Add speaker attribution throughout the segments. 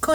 Speaker 1: こ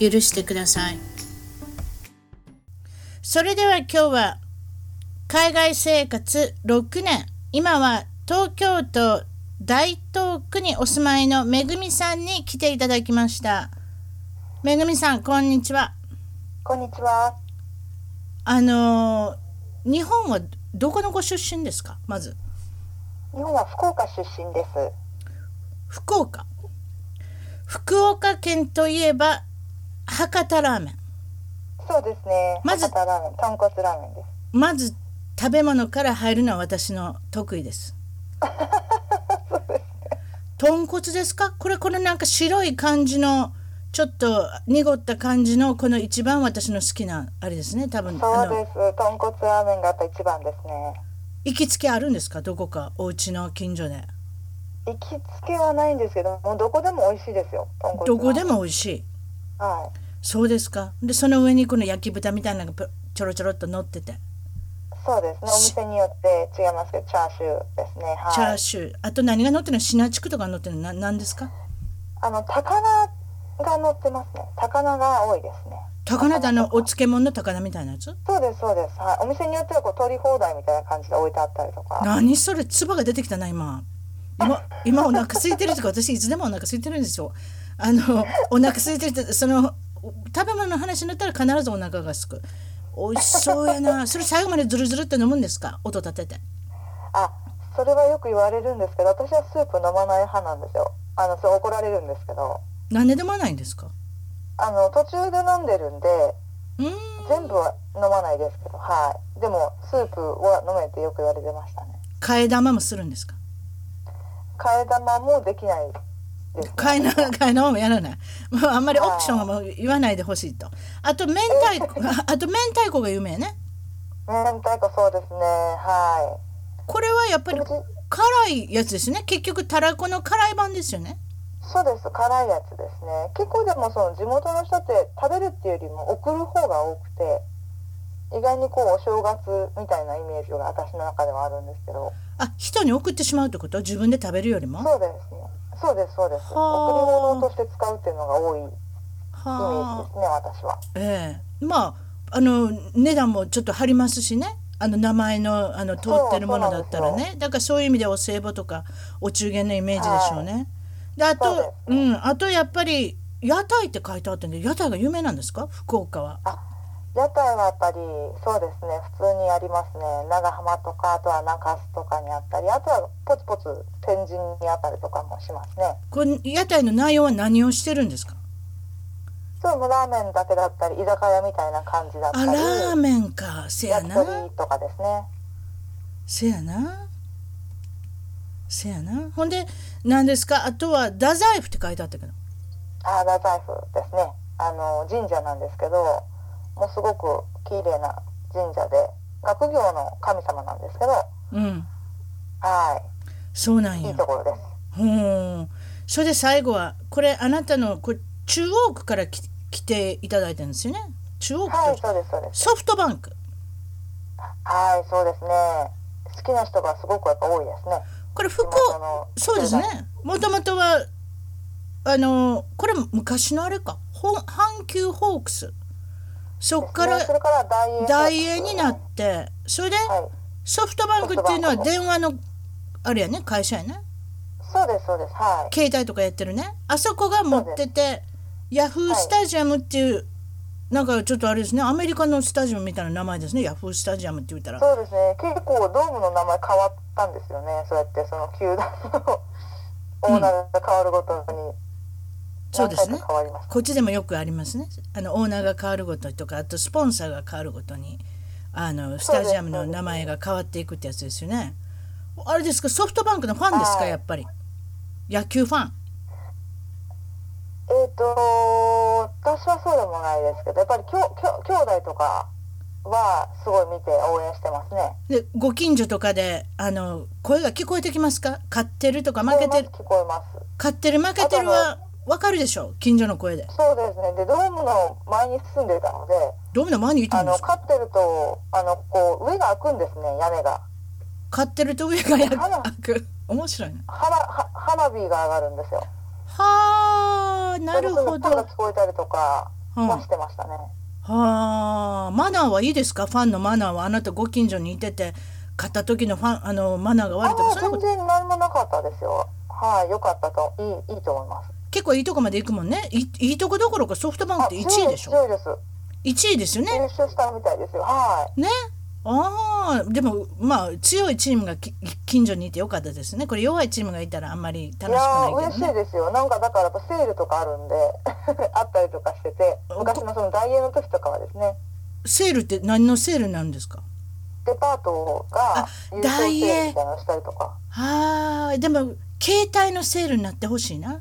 Speaker 1: 許してくださいそれでは今日は海外生活6年今は東京都大東区にお住まいのめぐみさんに来ていただきましためぐみさんこんにちは
Speaker 2: こんにちは。
Speaker 1: あのー日本はどこのご出身ですかまず
Speaker 2: 日本は福岡出身です。
Speaker 1: 福岡福岡県といえば博多ラーメン
Speaker 2: そうですね。
Speaker 1: まず
Speaker 2: 博多ラーメン、豚骨ラーメンです。
Speaker 1: まず食べ物から入るのは私の得意 です。豚骨ですかこれこのなんか白い感じのちょっと濁った感じのこの一番私の好きなあれですね多分
Speaker 2: そ
Speaker 1: あ
Speaker 2: うで
Speaker 1: の
Speaker 2: す。豚骨ラーメンがあった一番ですね。
Speaker 1: 行きつけあるんですかどこかお家の近所で
Speaker 2: 行きつけはないんですけど、もうどこでも美味しいですよ。豚骨。
Speaker 1: どこで
Speaker 2: も。
Speaker 1: も美味しい
Speaker 2: はい。
Speaker 1: そうですかでその上にこの焼き豚みたいなのがぷちょろちょろっと乗ってて
Speaker 2: そうですね。お店によって違いますけど、チャーシューですね。はい。
Speaker 1: チャーシューあと何が乗ってるのシナチクとか乗ってるのな何ですか
Speaker 2: あの高菜が乗ってますね。高菜が多いですね。
Speaker 1: 高菜ってあのお
Speaker 2: 高菜
Speaker 1: 漬物の高菜みたいなやつ
Speaker 2: そうですそうです。はい。お店によってはこう取り放題みたいな感じで置いてあったりとか。
Speaker 1: 何それ唾が出てきたな今今今お腹空いてるとか私いつでもお腹空いてるんですよあのお腹空いてるってその食べ物の話になったら必ずお腹が空く美味しそうやなそれ最後までズルズルって飲むんですか音立てて
Speaker 2: あそれはよく言われるんですけど私はスープ飲まない派なんですよあのそれ怒られるんですけど
Speaker 1: 何ででもないんですか
Speaker 2: あの途中で飲んでるんで
Speaker 1: うーん
Speaker 2: 全部は飲まないですけどはいでもスープは飲めってよく言われてましたね
Speaker 1: 替え玉もするんですか
Speaker 2: 替え玉もできないです
Speaker 1: 替えな替え玉もやらないもうあんまりオプションはもう言わないでほしいとあと明太子あと明太子が有名ね
Speaker 2: 明太子そうですねは
Speaker 1: これはやっぱ
Speaker 2: い
Speaker 1: り
Speaker 2: うち
Speaker 1: 辛いやつですね結局たらこの辛い版ですよね
Speaker 2: そうです辛いやつですね結構でもその地元の人って食べるっていうよりも送る方が多くて意外にこうお正月みたいなイメージが私の中ではあるんですけど
Speaker 1: あ人に送ってしまうってこと自分で食べるよりも
Speaker 2: そうですね。そうですそうです。贈り
Speaker 1: はあ
Speaker 2: 物として使うっていうのが多いイメージ
Speaker 1: はあ
Speaker 2: ですね、私は。
Speaker 1: ええまああの値段もちょっと張りますしねあの名前のあの通ってるものだったら
Speaker 2: そうそうなん
Speaker 1: ねだからそういう意味でお歳暮とかお中元のイメージでしょうね、であ
Speaker 2: そう
Speaker 1: とう,、んあとやっぱり屋台って書いてあったんで屋台が有名なんですか福岡は
Speaker 2: 屋台はやっぱりそうですね、普通にありますね。長浜とかあとは中洲とかにあったり、あとはポツポツ天神にあったりとかもしますね。
Speaker 1: これ屋台の内容は何をしてるんですか
Speaker 2: そうもうラーメンだけだったり、居酒屋みたいな感じだった
Speaker 1: あ
Speaker 2: り、
Speaker 1: ラーメンかせや
Speaker 2: 焼き
Speaker 1: な
Speaker 2: 鳥とかですね。
Speaker 1: せやなせやなほんで何ですかあとは太宰府って書いてあったけど
Speaker 2: あ太宰府ですね。あの神社なんですけど、もうすごく綺麗な神社で、学業の神様なんですけど、
Speaker 1: うん
Speaker 2: はい。
Speaker 1: そうなん
Speaker 2: いい
Speaker 1: や
Speaker 2: ところです。
Speaker 1: ほーんそれで最後はこれあなたのこれ中央区からき来ていただいてるんですよね中央区
Speaker 2: はい、
Speaker 1: と
Speaker 2: そうです、そうです。
Speaker 1: ソフトバンク
Speaker 2: はい、そうですね。好きな人がすごくやっぱ多いですね。
Speaker 1: これ福岡
Speaker 2: 地元の
Speaker 1: そうですねもともとはあのこれ昔のあれかほん阪急ホークスそっか
Speaker 2: ですねそれ
Speaker 1: ら
Speaker 2: から大英。
Speaker 1: 大英になってそれで
Speaker 2: はい。
Speaker 1: ソフトバンクっていうのは
Speaker 2: ソフトバンク
Speaker 1: 電話のあれやね会社やね
Speaker 2: そうです、そうです。はい。
Speaker 1: 携帯とかやってるねあそこが持っててヤフースタジアムっていう、なんかちょっとあれですねアメリカのスタジアムみたいな名前ですねヤフースタジアムって言ったら
Speaker 2: そうですね。結構ドームの名前変わったんですよね。そうやって、その球団のオーナーが変わるごとに。
Speaker 1: そうですね
Speaker 2: 何回か変わりました。
Speaker 1: こっちでもよくありますねあのオーナーが変わるごととかあとスポンサーが変わるごとにあのスタジアムの名前が変わっていくってやつですよねあれですかソフトバンクのファンですか
Speaker 2: はい
Speaker 1: やっぱり野球ファン
Speaker 2: えっ、と私はそうでもないですけどやっぱりきょきょ兄弟とかはすごい見て応援してますね
Speaker 1: でご近所とかであの声が聞こえてきますか勝ってるとか負けてる
Speaker 2: 聞こえます聞こえま
Speaker 1: 勝ってる負けてるは分かるでしょ近所の声です
Speaker 2: そうですねでドームの前に住んでたので
Speaker 1: ドームの前にいた
Speaker 2: あ
Speaker 1: んで
Speaker 2: の
Speaker 1: すか
Speaker 2: 飼ってるとあのこう上が開くんですね屋根が
Speaker 1: 勝ってると上が
Speaker 2: あの
Speaker 1: 焼く面白いな
Speaker 2: 花は花火が上がるんですよ
Speaker 1: はあなるほ
Speaker 2: そ
Speaker 1: ど
Speaker 2: れでその声が聞こえたりとか
Speaker 1: うん
Speaker 2: はしてましたね、
Speaker 1: はあマナーはいいですかファンのマナーはあなたご近所にいてて買った時のファンあのマナーが
Speaker 2: あ
Speaker 1: 悪いとかそんな
Speaker 2: も
Speaker 1: こ
Speaker 2: う全
Speaker 1: と
Speaker 2: 然何もなかったですよはい良かったといいいいと思います
Speaker 1: 結構いいとこまで行くもんねいいいとこどころかソフトバンク
Speaker 2: あ
Speaker 1: って1位でしょ
Speaker 2: 強いです強い
Speaker 1: 1位ですよね
Speaker 2: です優勝したみたいですよはい
Speaker 1: ねああでもまあ強いチームがき近所にいてよかったですねこれ弱いチームがいたらあんまり
Speaker 2: い
Speaker 1: 楽しく
Speaker 2: や
Speaker 1: な
Speaker 2: ー
Speaker 1: いけ
Speaker 2: 嬉し
Speaker 1: どね
Speaker 2: いですよなんかだからやっぱセールとかあるんで あったりとかしてて昔のその大英の時とかはですね
Speaker 1: セールって何のセールなんですか
Speaker 2: デパートが優勝セールみたいなのしたりとか
Speaker 1: あーでも携帯のセールになってほしいな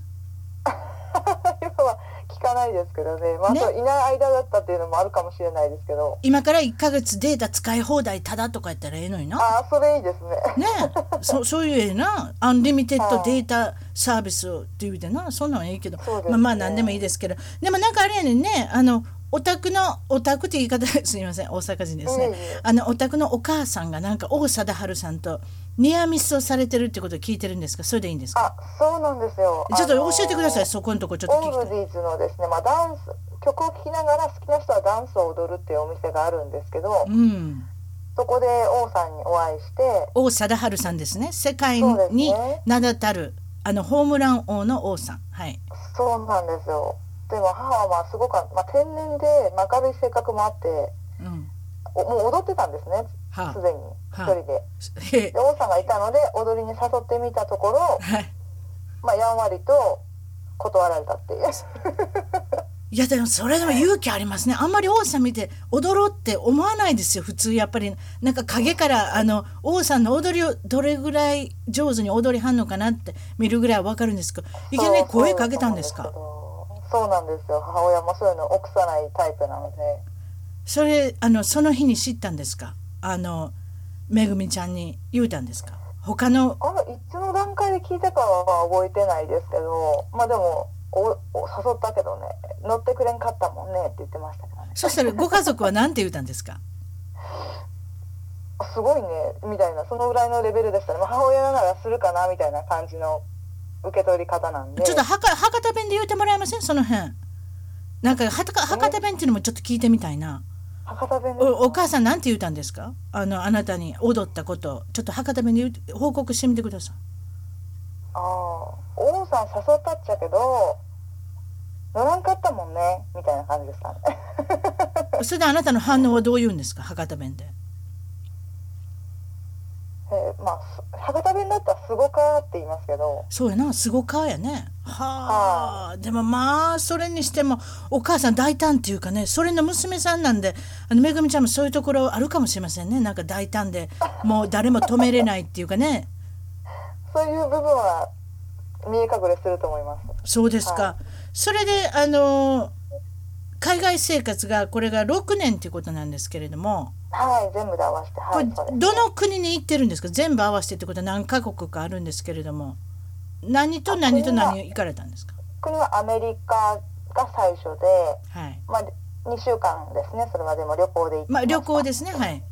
Speaker 2: 今は聞かないですけどねまあ、
Speaker 1: ね
Speaker 2: そういない間だったっていうのもあるかもしれないですけど
Speaker 1: 今から1ヶ月データ使い放題ただとかやったらええのにな
Speaker 2: ああそれいいですね
Speaker 1: ねえそそういうええなアンリミテッドデータサービスをっていうてなそんなんええけど、
Speaker 2: そうですね
Speaker 1: まあまあ何でもいいですけどでもなんかあれやねんねあのお宅のお宅って言い方すみません大阪人ですね、
Speaker 2: いえいえ
Speaker 1: あのお宅のお母さんがなんか王貞治さんとニアミスをされてるってことを聞いてるんですかそれでいいんですか
Speaker 2: あそうなんですよ
Speaker 1: ちょっと
Speaker 2: あのー
Speaker 1: 教えてくださいそこのとこちょっと聞
Speaker 2: オー
Speaker 1: き
Speaker 2: ル
Speaker 1: たい
Speaker 2: ディーズのですね、まあ、ダンス曲を聴きながら好きな人はダンスを踊るっていうお店があるんですけど、
Speaker 1: うん
Speaker 2: そこで王さんにお会いして
Speaker 1: 王貞治さんですね世界
Speaker 2: そうです
Speaker 1: に
Speaker 2: ね
Speaker 1: 名だたるあのホームラン王の王さんはい
Speaker 2: そうなんですよでも母はまあすごく、まあ、天然で明るい性格もあって
Speaker 1: うん
Speaker 2: おもう踊ってたんですね
Speaker 1: は
Speaker 2: すでに
Speaker 1: は
Speaker 2: 一
Speaker 1: あ
Speaker 2: 人で
Speaker 1: え
Speaker 2: で王さんがいたので踊りに誘ってみたところ、
Speaker 1: はい
Speaker 2: まあ、やんわりと断られたっていう
Speaker 1: いやでもそれでも勇気ありますね。あんまり王さん見て踊ろうって思わないですよ。普通やっぱりなんか影からあの王さんの踊りをどれぐらい上手に踊りはんのかなって見るぐらいはわかるんですけど、 いきなり声かけたんですか。
Speaker 2: そうなんですけどそうなんですよ母親もそういうのを臆さないタイプなので
Speaker 1: それあのその日に知ったんですか。あのめぐみちゃんに言うたんですか。他の
Speaker 2: あのいつの段階で聞いたかは覚えてないですけどまあでもおお誘ったけどね乗ってくれんかったもんねって言ってましたけどね
Speaker 1: そしたらご家族は何て言うたんですか。
Speaker 2: すごいねみたいなそのぐらいのレベルでしたね、まあ、母親ならするかなみたいな感じの受け取り方なんで
Speaker 1: ちょっと博博多弁で言うてもらえませんその辺。なんか博多博多弁っていうのもちょっと聞いてみたいな。
Speaker 2: 博多弁です
Speaker 1: おお母さんなんて言ったんですかあのあなたに踊ったことをちょっと博多弁で言う報告してみてください
Speaker 2: ああ王さん誘ったっちゃけど乗らんかったもんねみたいな感じですかね
Speaker 1: それであなたの反応はどう言うんですか博多弁で
Speaker 2: えーまあす博多弁だったら「すごか」って言いますけど
Speaker 1: そうやなすごかやねはあでもまあそれにしてもお母さん大胆っていうかねそれの娘さんなんであのめぐみちゃんもそういうところあるかもしれませんねなんか大胆でもう誰も止めれないっていうかね
Speaker 2: そういう部分は見え隠れすると思います
Speaker 1: そうですか、
Speaker 2: は
Speaker 1: それであの海外生活がこれが6年っていうことなんですけれども
Speaker 2: はい全部で合わせて
Speaker 1: こ
Speaker 2: は
Speaker 1: れ
Speaker 2: いそうです
Speaker 1: どの国に行ってるんですか全部合わせてってことは何カ国かあるんですけれども何と何と何行かれたんですか
Speaker 2: 国はアメリカが最初で、
Speaker 1: はい
Speaker 2: まあ、2週間ですねそれはでも旅行で行って
Speaker 1: まあ旅行
Speaker 2: で
Speaker 1: ですねはい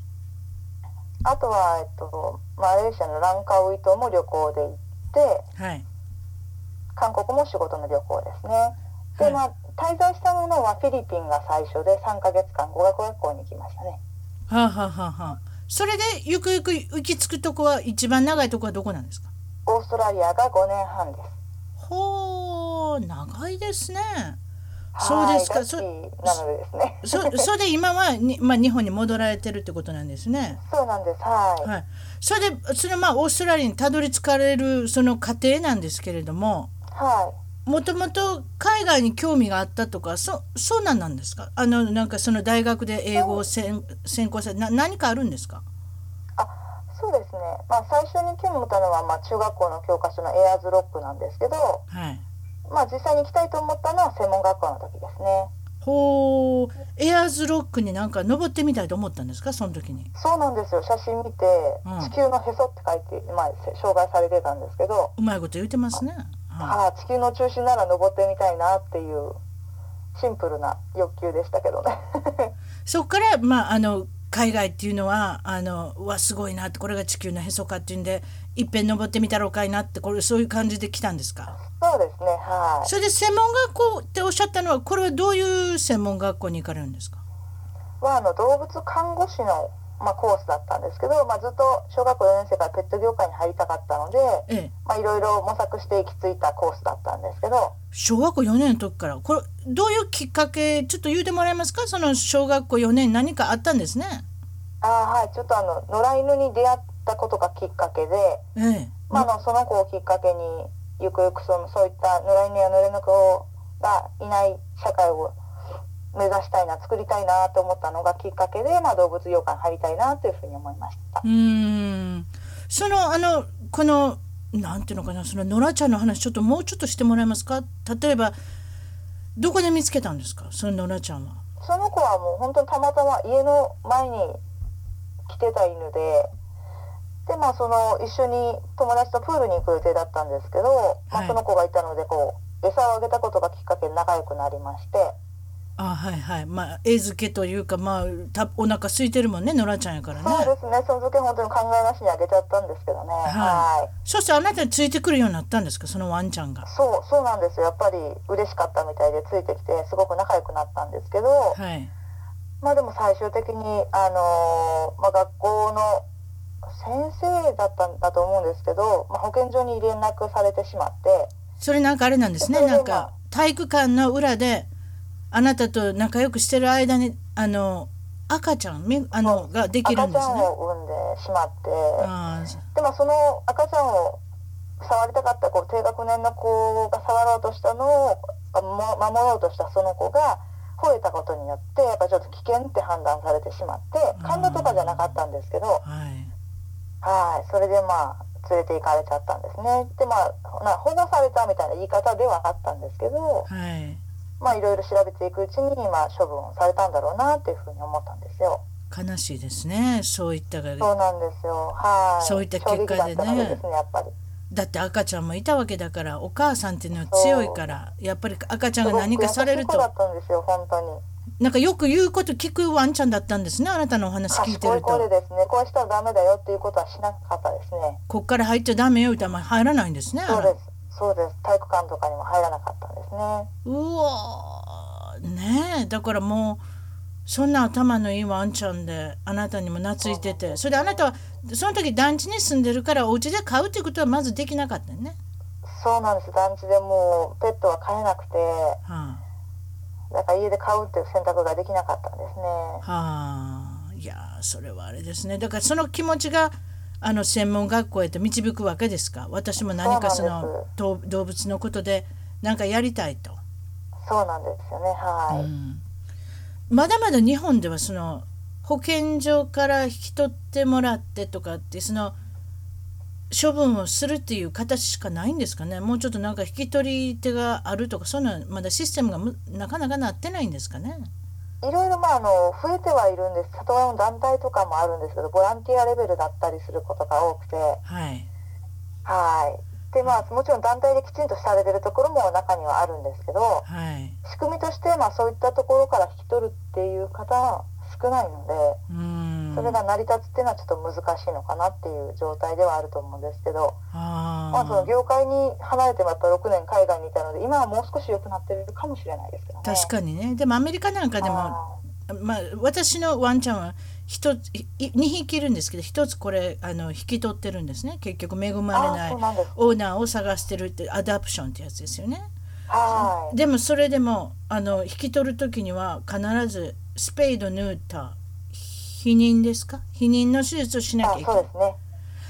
Speaker 2: あとは、えっと、マレーシアのランカウイ島も旅行で行って
Speaker 1: はい
Speaker 2: 韓国も仕事の旅行ですねで、
Speaker 1: はい
Speaker 2: まあ滞在したものはフィリピンが最初で3ヶ月間語学学校に行きましたね
Speaker 1: はあ、はあはあはあ、それでゆくゆく行き着くとこは一番長いとこはどこなんですか
Speaker 2: オーストラリアが5年半です
Speaker 1: ほう長いですねそ
Speaker 2: は
Speaker 1: うで
Speaker 2: い
Speaker 1: すか
Speaker 2: ラッキ
Speaker 1: そ
Speaker 2: ーなのでですね
Speaker 1: そそれで今はに、まあ、日本に戻られてるってことなんですね
Speaker 2: そうなんですはい、
Speaker 1: はいそれでそのまあオーストラリアにたどり着かれるその過程なんですけれども、
Speaker 2: はい
Speaker 1: もともと海外に興味があったとかそそうなんなんですかあのなんかその大学で英語を専専攻されな何かあるんですか
Speaker 2: あそうですね、まあ、最初に興味持ったのは、まあ、中学校の教科書のエアーズロックなんですけど、
Speaker 1: はい
Speaker 2: まあ実際に行きたいと思ったのは専門学校の時ですね。
Speaker 1: ほうエアーズロックになんか登ってみたいと思ったんですかその時に
Speaker 2: そうなんですよ。写真見て
Speaker 1: うん、
Speaker 2: 地球のへそって書いて、まあ、せ障害されてたんですけど、
Speaker 1: うまいこと言ってますね、は
Speaker 2: ああ、地球の中心なら登ってみたいなっていう、シンプルな欲求でしたけどね。
Speaker 1: い、そこから、まあ、あの海外っていうのはあのうわすごいなってこれが地球のへそかっていうんでいっぺん登ってみたろうかいなってこれそういう感じで来たんですか
Speaker 2: そうですね、はい。
Speaker 1: それで専門学校っておっしゃったのはこれはどういう専門学校に行かれるんですか
Speaker 2: は、あの、動物看護師の、まあ、コースだったんですけど、まあ、ずっと小学校4年生からペット業界に入りたかったので、
Speaker 1: ええ
Speaker 2: まあ、いろいろ模索して行き着いたコースだったんですけど、
Speaker 1: 小学校4年の時からこれどういうきっかけちょっと言うてもらえますかその小学校4年何かあったんですね
Speaker 2: ああ、はい、ちょっとあの、野良犬に出会ったことがきっかけで、
Speaker 1: ええ
Speaker 2: まあ、あのその子をきっかけにゆくゆくそのそういった野良犬や野良猫がいない社会を目指したいな作りたいなと思ったのがきっかけで、まあ、動物業界に入りたいなというふうに思いました
Speaker 1: うーんそのあのこのなんていうのかなその野良ちゃんの話ちょっともうちょっとしてもらえますか例えばどこで見つけたんですかその野良ちゃんは。
Speaker 2: その子はもう本当にたまたま家の前に来てた犬で。でまあ、その一緒に友達とプールに行く予定だったんですけど、ま
Speaker 1: はい
Speaker 2: あ、その子がいたのでこう餌をあげたことがきっかけで仲良くなりまして
Speaker 1: あはいはいまあ餌付けというかまあたお腹空いてるもんね野良ちゃんやからね。
Speaker 2: そうですねその時は本当に考えなしにあげちゃったんですけどね。
Speaker 1: はい
Speaker 2: はい
Speaker 1: そしてあなたについてくるようになったんですかそのワンちゃんが。
Speaker 2: そうそうなんですよやっぱり嬉しかったみたいでついてきてすごく仲良くなったんですけど、
Speaker 1: はい。
Speaker 2: まあでも最終的に、あのーまあ、学校の先生だったんだと思うんですけど、まあ、保健所に連絡されてしまって
Speaker 1: それなんかあれなんですね
Speaker 2: それで
Speaker 1: なん
Speaker 2: ま
Speaker 1: か
Speaker 2: あ
Speaker 1: 体育館の裏であなたと仲良くしてる間にあの赤ちゃんみあのができる
Speaker 2: 赤
Speaker 1: ん
Speaker 2: ち
Speaker 1: で
Speaker 2: ゃ
Speaker 1: す
Speaker 2: ん
Speaker 1: ね。
Speaker 2: を産んでしまって
Speaker 1: あー
Speaker 2: でもその赤ちゃんを触りたかった子低学年の子が触ろうとしたのをあも守ろうとしたその子が吠えたことによってやっぱちょっと危険って判断されてしまって噛んだとかじゃなかったんですけど。
Speaker 1: はい。
Speaker 2: はい、それでまあ連れて行かれちゃったんですね。でまあな保護されたみたいな言い方ではあったんですけど、
Speaker 1: はい、
Speaker 2: まあいろいろ調べていくうちにまあ処分されたんだろうなっていうふうに思ったんですよ。
Speaker 1: 悲しいですねそういったが
Speaker 2: そうなんですよ。はい。
Speaker 1: そういった結果でね
Speaker 2: 衝撃だったのですねやっぱり。
Speaker 1: だって赤ちゃんもいたわけだからお母さんっていうのは強いからやっぱり赤ちゃんが何かされる
Speaker 2: すごく
Speaker 1: と
Speaker 2: 優しい子だったんですよ本当に。
Speaker 1: なんかよく言うこと聞くワンちゃんだったんですねあなたのお話聞いて
Speaker 2: 賢
Speaker 1: る
Speaker 2: い子で
Speaker 1: と
Speaker 2: ですね、こうしたらダメだよっていうことはしなかったですね。
Speaker 1: こっから入っちゃダメよ歌も入らないんですね
Speaker 2: そうです。そうです。体育館とかにも入らなかったんですね。
Speaker 1: うわーねえだからもうそんな頭のいいワンちゃんであなたにも懐いててそれであなたはその時団地に住んでるからお家で飼うっていうことはまずできなかったよね。
Speaker 2: そうなんです。団地でもうペットは飼えなくて。
Speaker 1: はあ
Speaker 2: だから家で買うっていう選択ができなかったんですね。
Speaker 1: はあいやーそれはあれですねだからその気持ちがあの専門学校へと導くわけですか私も何かそ
Speaker 2: そうなん
Speaker 1: の動動物のことで何かやりたいと、
Speaker 2: そうなんですよね。はい。
Speaker 1: うんまだまだ日本ではその保健所から引き取ってもらってとかってその処分をするっていう形しかないんですかねもうちょっとなんか引き取り手があるとかそういうのはまだシステムがむなかなかなってないんですかね。
Speaker 2: いろいろまああの増えてはいるんです。里親の団体とかもあるんですけど、ボランティアレベルだったりすることが多くて、
Speaker 1: はい
Speaker 2: はい。でまあもちろん団体できちんとされてるところも中にはあるんですけど、
Speaker 1: はい
Speaker 2: 仕組みとしてまあそういったところから引き取るっていう方は少ないの
Speaker 1: う
Speaker 2: で、
Speaker 1: ん
Speaker 2: それが成り立つっていうのはちょっと難しいのかなっていう状態ではあると思うんですけど、
Speaker 1: あ
Speaker 2: まあその業界に離れてもやっぱ6年海外にいたので、今はもう少し良くなってるかもしれないですけどね。
Speaker 1: 確かにねでもアメリカなんかでも
Speaker 2: あ
Speaker 1: まあ、私のワンちゃんは一ついい2匹いるんですけど1つこれあの引き取ってるんですね結局恵
Speaker 2: ー
Speaker 1: まれな
Speaker 2: あー
Speaker 1: い
Speaker 2: そうなんです。
Speaker 1: オーナーを探してるってアダプションってやつですよね
Speaker 2: はい。
Speaker 1: でもそれでもあの引き取る時には必ずスペイドヌータ避妊ですか避妊の手術をしなき
Speaker 2: あ
Speaker 1: ゃいけな
Speaker 2: そ
Speaker 1: い
Speaker 2: うですね。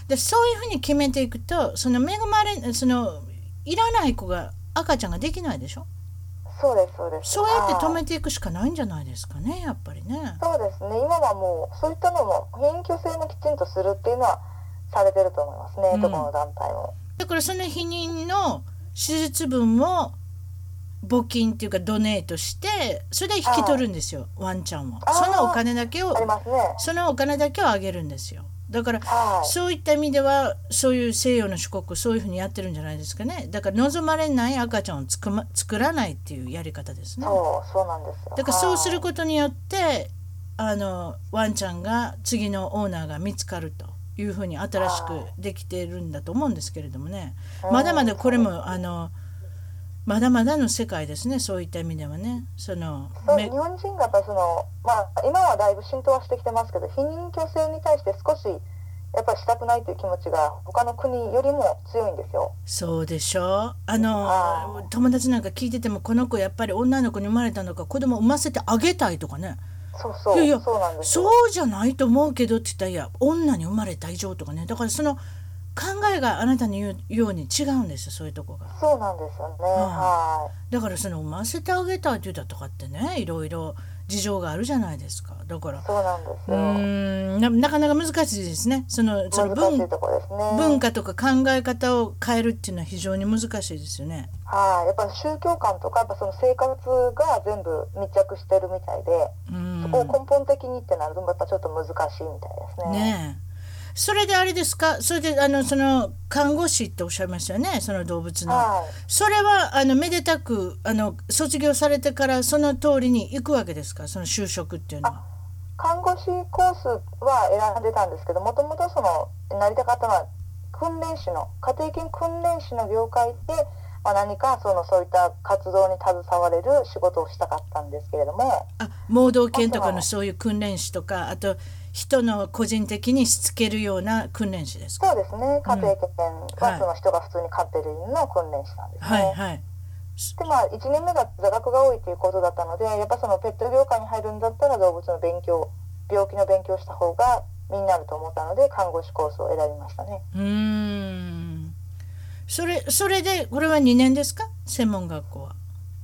Speaker 1: でそういうふうに決めていくとその恵まれそのいらない子が赤ちゃんができないでしょ
Speaker 2: そうですそうです。
Speaker 1: そうやって止
Speaker 2: はい
Speaker 1: めていくしかないんじゃないですかねやっぱりね。
Speaker 2: そうですね。今はもうそういったのも免許制もきちんとするっていうのはされてると思いますね。
Speaker 1: うん
Speaker 2: どこの団体も。
Speaker 1: だからその避妊の手術分も募金っていうかドネートしてそれで引き取るんですよワンちゃんは
Speaker 2: あー
Speaker 1: そのお金だけを
Speaker 2: ありますね。
Speaker 1: そのお金だけをあげるんですよだから
Speaker 2: はい。
Speaker 1: そういった意味ではそういう西洋の諸国そういうふうにやってるんじゃないですかねだから望まれない赤ちゃんをつく、ま、作らないっていうやり方ですね
Speaker 2: そう、そうなんですよ。
Speaker 1: だからそうする
Speaker 2: はい
Speaker 1: ことによってあのワンちゃんが次のオーナーが見つかるというふうに新し
Speaker 2: は
Speaker 1: くできているんだと思うんですけれどもね
Speaker 2: うん
Speaker 1: まだまだこれもあのまだまだの世界ですねそういった意味ではねその
Speaker 2: そう
Speaker 1: め
Speaker 2: 日本人がやっぱりその、まあ、今はだいぶ浸透はしてきてますけど避妊去勢に対して少しやっぱりしたくないという気持ちが他の国よりも強いんですよ。
Speaker 1: そうでしょうあ
Speaker 2: は
Speaker 1: の友達なんか聞いててもこの子やっぱり女の子に生まれたのか子供産ませてあげたいとかね
Speaker 2: そうそう
Speaker 1: いやいや
Speaker 2: そうなんですよ。
Speaker 1: そうじゃないと思うけどって言ったらいや女に生まれた以上とかねだからその考えがあなたに言うように違うんですよそういうとこが。
Speaker 2: そうなんですよね。
Speaker 1: は
Speaker 2: はい。
Speaker 1: だからその産ませてあげたいって言ったとかってねいろいろ事情があるじゃないですかだから
Speaker 2: そうなんで
Speaker 1: う
Speaker 2: すよ。
Speaker 1: ーんななかなか難しいですねそのその
Speaker 2: 難し
Speaker 1: 文
Speaker 2: いところですね。
Speaker 1: 文化とか考え方を変えるっていうのは非常に難しいですよね。
Speaker 2: はい。やっぱり宗教観とかやっぱその生活が全部密着してるみたいで、
Speaker 1: うん
Speaker 2: そこを根本的にってなるとやっぱちょっと難しいみたいですね。
Speaker 1: ねえそれであれですかそれであのその看護師っておっしゃいましたよねその動物の。
Speaker 2: はい。
Speaker 1: それはあのめでたくあの卒業されてからその通りに行くわけですかその就職っていうのは。
Speaker 2: 看護師コースは選んでたんですけどもともとそのなりたかったのは訓練士の家庭犬訓練士の業界で、まあ、何かそのそういった活動に携われる仕事をしたかったんですけれども
Speaker 1: あ盲導犬とかの
Speaker 2: あ
Speaker 1: そういう訓練士とかあと人の個人的にしつけるような訓練士ですか。
Speaker 2: そうですね家庭犬
Speaker 1: は
Speaker 2: はいその人が普通に飼ってる犬の訓練士なんですね。
Speaker 1: はいはい。
Speaker 2: でまあ1年目が座学が多いということだったのでやっぱそのペット業界に入るんだったら動物の勉強病気の勉強した方が身になると思ったので看護師コースを選びましたね。
Speaker 1: うーん。それそれでこれは2年ですか専門学校は。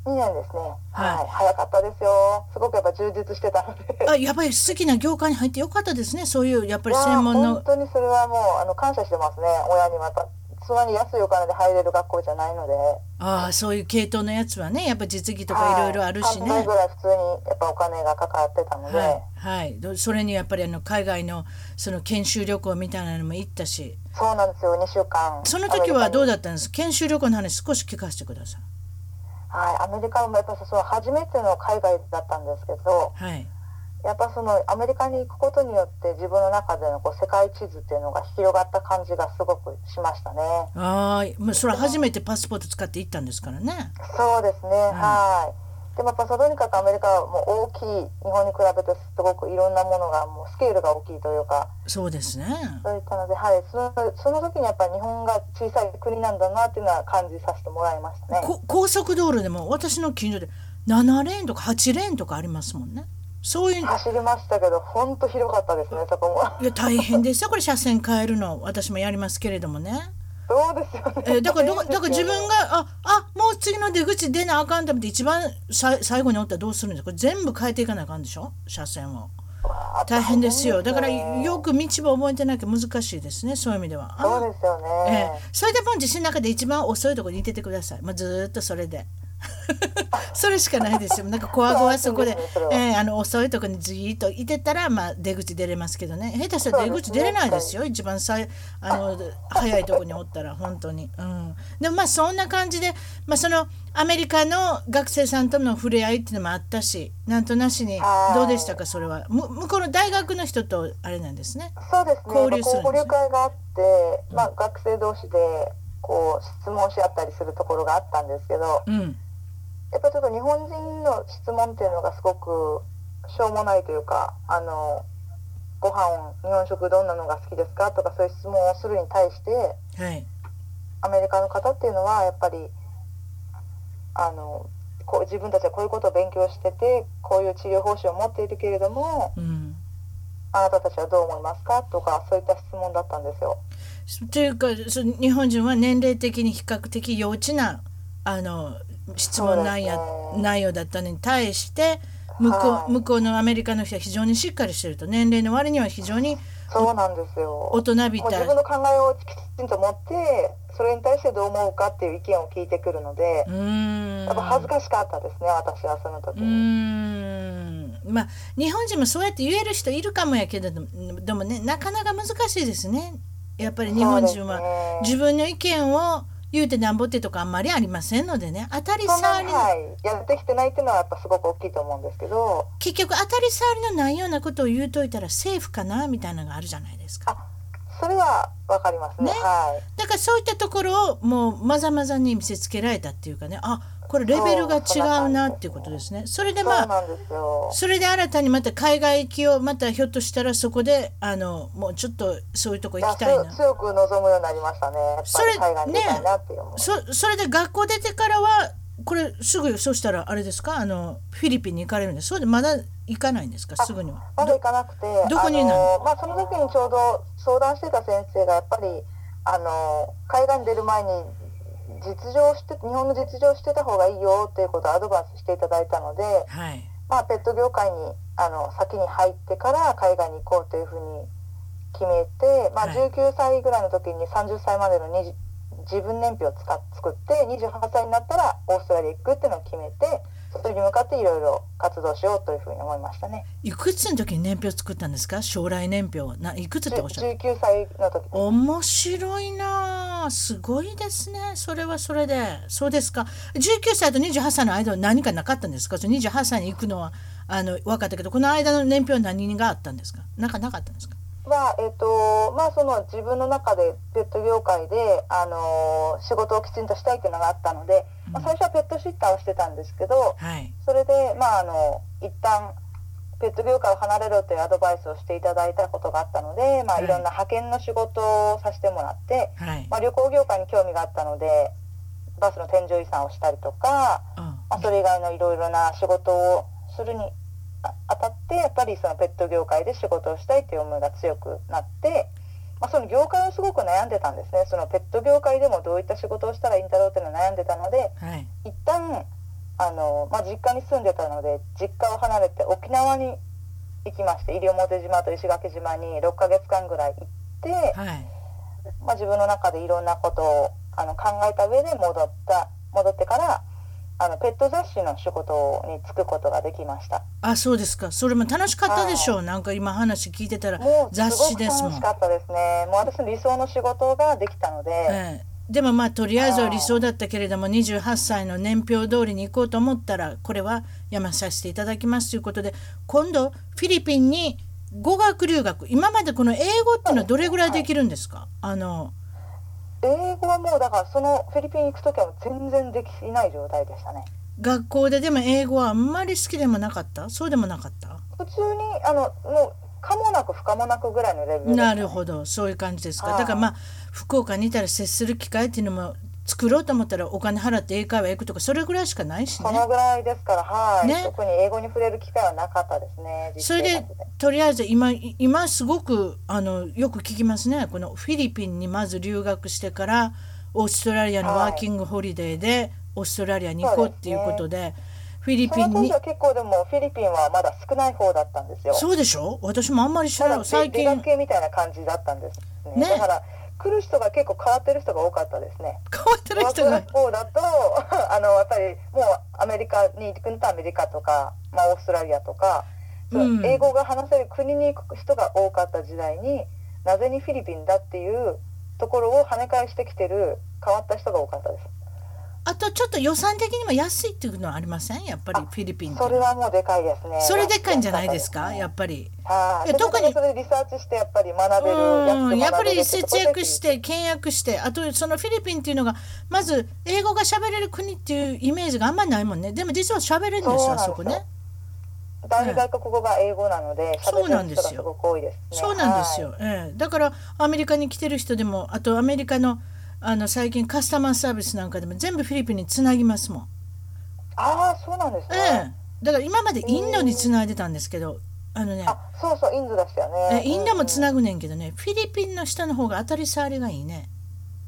Speaker 2: 2年ですね。
Speaker 1: はい
Speaker 2: はい、早かったですよ。すごくやっぱ充実してたので。
Speaker 1: あやっぱり好きな業界に入ってよかったですねそういうやっぱ
Speaker 2: い
Speaker 1: り
Speaker 2: やー
Speaker 1: 専門の
Speaker 2: 本。当にそれはもうあの感謝してますね。親にまたそんなに安いお金で入れる学校じゃないので。
Speaker 1: ああそういう系統のやつはねやっぱ実技とかいろいろあるしね。
Speaker 2: は
Speaker 1: はい
Speaker 2: 半分ぐ
Speaker 1: い
Speaker 2: らい普通にやっぱお金がかかってたので。
Speaker 1: はい、どそれにやっぱりあの海外のその研修旅行みたいなのも行ったし
Speaker 2: そうなんですよ。2週間。
Speaker 1: その時はどう
Speaker 2: だ。
Speaker 1: だったんです研修旅行の話少し聞かせてください。
Speaker 2: はい、アメリカもやっぱその初めての海外だったんですけど、
Speaker 1: はい、
Speaker 2: やっぱそのアメリカに行くことによって自分の中でのこう世界地図っていうのが広がった感じがすごくしましたね。
Speaker 1: ああもうそれは初めてパスポート使って行ったんですからね。
Speaker 2: そうですね、はい。でもやっぱそのとにかくアメリカはもう大きい日本に比べてすごくいろんなものがもうスケールが大きいというか
Speaker 1: そうですね。
Speaker 2: そういったので、はい、そのその時にやっぱり日本が小さい国なんだなっていうのは感じさせてもらいましたね。
Speaker 1: こ高速道路でも私の近所で7レーンとか8レーンとかありますもんね。そういう
Speaker 2: 走りましたけど本当広かったですね そこも。
Speaker 1: いや大変ですよこれ車線変えるの私もやりますけれどもね。
Speaker 2: そうですよね。
Speaker 1: えーだからどこだから自分がああもう次の出口出なあかんと思って一番さい最後におったらどうするんですかこれ全部変えていかなあかんでしょ車線を
Speaker 2: わあ
Speaker 1: 大変ですよだから
Speaker 2: 大変ですね
Speaker 1: よく道を覚えてなきゃ難しいですねそういう意味では
Speaker 2: そうですよ
Speaker 1: あ
Speaker 2: ね
Speaker 1: え。ーそれでもう自信の中で一番遅いところにいててくださいもうずーっとそれで それしかないですよなんかこわごわそこで
Speaker 2: そうですねそれは
Speaker 1: えーあの遅いところにじーっといてたらまあ出口出れますけどね下手したら出口出れないですよ一番さいあの早いところにおったら本当に、うん、でもまあそんな感じで、まあ、そのアメリカの学生さんとの触れ合いっていうのもあったしなんとなしに
Speaker 2: はい
Speaker 1: どうでしたかそれはむ向こうの大学の人とあれなんですね
Speaker 2: そうですね。
Speaker 1: 交流するんですね
Speaker 2: まあ交流会があって、まあ学生同士でこう質問し合ったりするところがあったんですけど、
Speaker 1: うん
Speaker 2: やっぱちょっと日本人の質問っていうのがすごくしょうもないというか、あのご飯日本食どんなのが好きですかとかそういう質問をするに対して、
Speaker 1: はい
Speaker 2: アメリカの方っていうのはやっぱりあのこう自分たちはこういうことを勉強しててこういう治療方針を持っているけれども
Speaker 1: うん
Speaker 2: あなたたちはどう思いますかとかそういった質問だったんですよ。
Speaker 1: というかそ日本人は年齢的に比較的幼稚なあの質問内
Speaker 2: そうです
Speaker 1: 容
Speaker 2: ね
Speaker 1: 内容だったのに対して向こう,、
Speaker 2: はい
Speaker 1: 向こうのアメリカの人は非常にしっかりしてると年齢の割には非常に
Speaker 2: そうなんですよ
Speaker 1: 大人び
Speaker 2: もう
Speaker 1: た
Speaker 2: 自
Speaker 1: い
Speaker 2: 分の考えをきちんと持ってそれに対してどう思うかっていう意見を聞いてくるので
Speaker 1: うーん
Speaker 2: やっぱ恥ずかしかったですね私はその時
Speaker 1: うー
Speaker 2: に。
Speaker 1: んまあ日本人もそうやって言える人いるかもやけれどもでもねなかなか難しいですねやっぱり日本人は、
Speaker 2: は
Speaker 1: 自分の意見を言うてなんぼってとかあんまりありませんのでね当たり
Speaker 2: そんな
Speaker 1: 障りの
Speaker 2: はい、やってきてないっていうのはやっぱすごく大きいと思うんですけど
Speaker 1: 結局当たり障りのないようなことを言うといたらセーフかなみたいなのがあるじゃないですか
Speaker 2: それはわかります
Speaker 1: ね
Speaker 2: ねはい
Speaker 1: だからそういったところをもうまざまざに見せつけられたっていうかねあこれレベルが違うなっていうことですねそれでま
Speaker 2: そう
Speaker 1: あ
Speaker 2: なんですよ
Speaker 1: それで新たにまた海外行きをまたひょっとしたらそこであのもうちょっとそういうとこ行きたい
Speaker 2: いや
Speaker 1: な
Speaker 2: す強く望むようになりましたねやっ
Speaker 1: そ
Speaker 2: ぱ
Speaker 1: れ
Speaker 2: り海外に出たいなっていう思う、
Speaker 1: そそれで学校出てからはこれすぐそうしたらあれですかあのフィリピンに行かれるんですそれでまだ行かないんですかすぐには
Speaker 2: まだ
Speaker 1: ど
Speaker 2: 行かなくて
Speaker 1: どこにいるの
Speaker 2: あの、まあ、その時にちょうど相談してた先生がやっぱりあの海外に出る前に実情をして日本の実情をしてた方がいいよっていうことをアドバイスしていただいたので、
Speaker 1: はい
Speaker 2: まあ、ペット業界にあの先に入ってから海外に行こうというふうに決めて、まあ、
Speaker 1: はい
Speaker 2: 19歳ぐらいの時に30歳までの20自分年表を使っ作って28歳になったらオーストラリア行くっていうのを決めてそれに向かっていろいろ活動しようというふうに思いましたね。
Speaker 1: いくつの時に年表作ったんですか将来年表ないくつっておっしゃった
Speaker 2: 19歳の時
Speaker 1: 面白いなあすごいですねそれはそれでそうですか19歳と28歳の間は何かなかったんですかその28歳に行くのはあの分かったけどこの間の年表は何があったんですかなんかなかったんですか
Speaker 2: は、えっとまあ、その自分の中でペット業界で、あのー仕事をきちんとしたいっていうのがあったので、まあ、最初はペットシッターをしてたんですけど
Speaker 1: はい
Speaker 2: それで、まあ、あの一旦ペット業界を離れろというアドバイスをしていただいたことがあったので、まあ、
Speaker 1: はい
Speaker 2: いろんな派遣の仕事をさせてもらって、
Speaker 1: はい
Speaker 2: まあ、旅行業界に興味があったのでバスの添乗員さんをしたりとか、
Speaker 1: あ
Speaker 2: まあ、それ以外のいろいろな仕事をするにああたってやっぱりそのペット業界で仕事をしたいという思いが強くなって、まあ、その業界をすごく悩んでたんですねそのペット業界でもどういった仕事をしたらいいんだろうっていうのを悩んでたので
Speaker 1: はい
Speaker 2: 一旦あの、まあ、実家に住んでたので実家を離れて沖縄に行きまして西表島と石垣島に6ヶ月間ぐらい行って。
Speaker 1: はい
Speaker 2: まあ、自分の中でいろんなことをあの考えた上で戻った戻ってからあのペット雑誌の仕事に就くことができました
Speaker 1: あそうですかそれも楽しかったでしょうなんか今話聞いてたら
Speaker 2: もうす
Speaker 1: 雑誌
Speaker 2: ごく
Speaker 1: ですも
Speaker 2: 楽
Speaker 1: ん
Speaker 2: しかったですねもう私の理想の仕事ができたので、
Speaker 1: ええでもまあとりあえずは理想だったけれども28歳の年表通りに行こうと思ったらこれはやめさせていただきますということで今度フィリピンに語学留学今までこの英語っていうのはどれぐらいできるんですかあの
Speaker 2: 英語はもうだからそのフィリピンに行く時はもう全然できない状態でしたね
Speaker 1: 学校ででも英語はあんまり好きでもなかったそうでもなかった
Speaker 2: 普通にあのもう可もなく不可もなくぐらいのレベルで
Speaker 1: なるほどそういう感じですか
Speaker 2: はい
Speaker 1: だからまあ福岡にいたら接する機会っていうのも作ろうと思ったらお金払って英会話行くとかそれぐらいしかないし
Speaker 2: そ
Speaker 1: ね
Speaker 2: の。ぐらいですからはい、
Speaker 1: ね
Speaker 2: 特に英語に触れる機会はなかったですね実
Speaker 1: それ
Speaker 2: 生
Speaker 1: で
Speaker 2: 活
Speaker 1: とりあえず今い今すごくあのよく聞きますねこのフィリピンにまず留学してからオーストラリアの
Speaker 2: はい
Speaker 1: ワーキングホリデーでオーストラリアに行こうっていうことでフィリ
Speaker 2: そ
Speaker 1: ピ
Speaker 2: の
Speaker 1: ン
Speaker 2: 当
Speaker 1: に
Speaker 2: 時は結構でもフィリピンはまだ少ない方だったんですよ。
Speaker 1: そうでしょ私もあんまり知ら
Speaker 2: た
Speaker 1: な
Speaker 2: だ
Speaker 1: い最
Speaker 2: 出
Speaker 1: 近
Speaker 2: 学系みたいな感じだったんですね。
Speaker 1: ね
Speaker 2: だから来る人が結構変わってる人が多かったですね。
Speaker 1: 変わってる人が
Speaker 2: 学校だと あのやっぱりもうアメリカに行くんとアメリカとか、まあ、オーストラリアとか、その
Speaker 1: うん
Speaker 2: 英語が話せる国に行く人が多かった時代になぜにフィリピンだっていうところを跳ね返してきてる変わった人が多かったです。
Speaker 1: あとちょっと予算的にも安いっていうのはありませんやっぱり
Speaker 2: あ
Speaker 1: フィリピンって
Speaker 2: それはもうでかいですね。
Speaker 1: それでかいんじゃないですかや
Speaker 2: っ
Speaker 1: っぱり。
Speaker 2: ぱ
Speaker 1: いや特に
Speaker 2: それでリサーチしてやっぱり学べる
Speaker 1: う
Speaker 2: や
Speaker 1: ん
Speaker 2: つ
Speaker 1: やっぱり節約して倹約してあとそのフィリピンっていうのがまず英語が喋れる国っていうイメージがあんまないもんねでも実は喋れるんです
Speaker 2: そ
Speaker 1: よ
Speaker 2: うなん
Speaker 1: あ
Speaker 2: ですよ
Speaker 1: そこね
Speaker 2: 大外国語が英語なので
Speaker 1: そ
Speaker 2: 喋
Speaker 1: う
Speaker 2: っ
Speaker 1: な
Speaker 2: て
Speaker 1: ん
Speaker 2: る
Speaker 1: で
Speaker 2: 人
Speaker 1: す
Speaker 2: がす
Speaker 1: よ
Speaker 2: ごく多いですね。
Speaker 1: そうなんですよ、ええ、だからアメリカに来てる人でもあとアメリカのあの最近カスタマーサービスなんかでも全部フィリピンにつなぎますもん、
Speaker 2: はい。ああそうなんです
Speaker 1: え
Speaker 2: ね。
Speaker 1: え、だから今までインドにつないでたんですけどあのね
Speaker 2: あそうそうインドでしたよね
Speaker 1: え。インドもつ
Speaker 2: な。
Speaker 1: なぐねんけどねフィリピンの人の方が当たり障りがいいね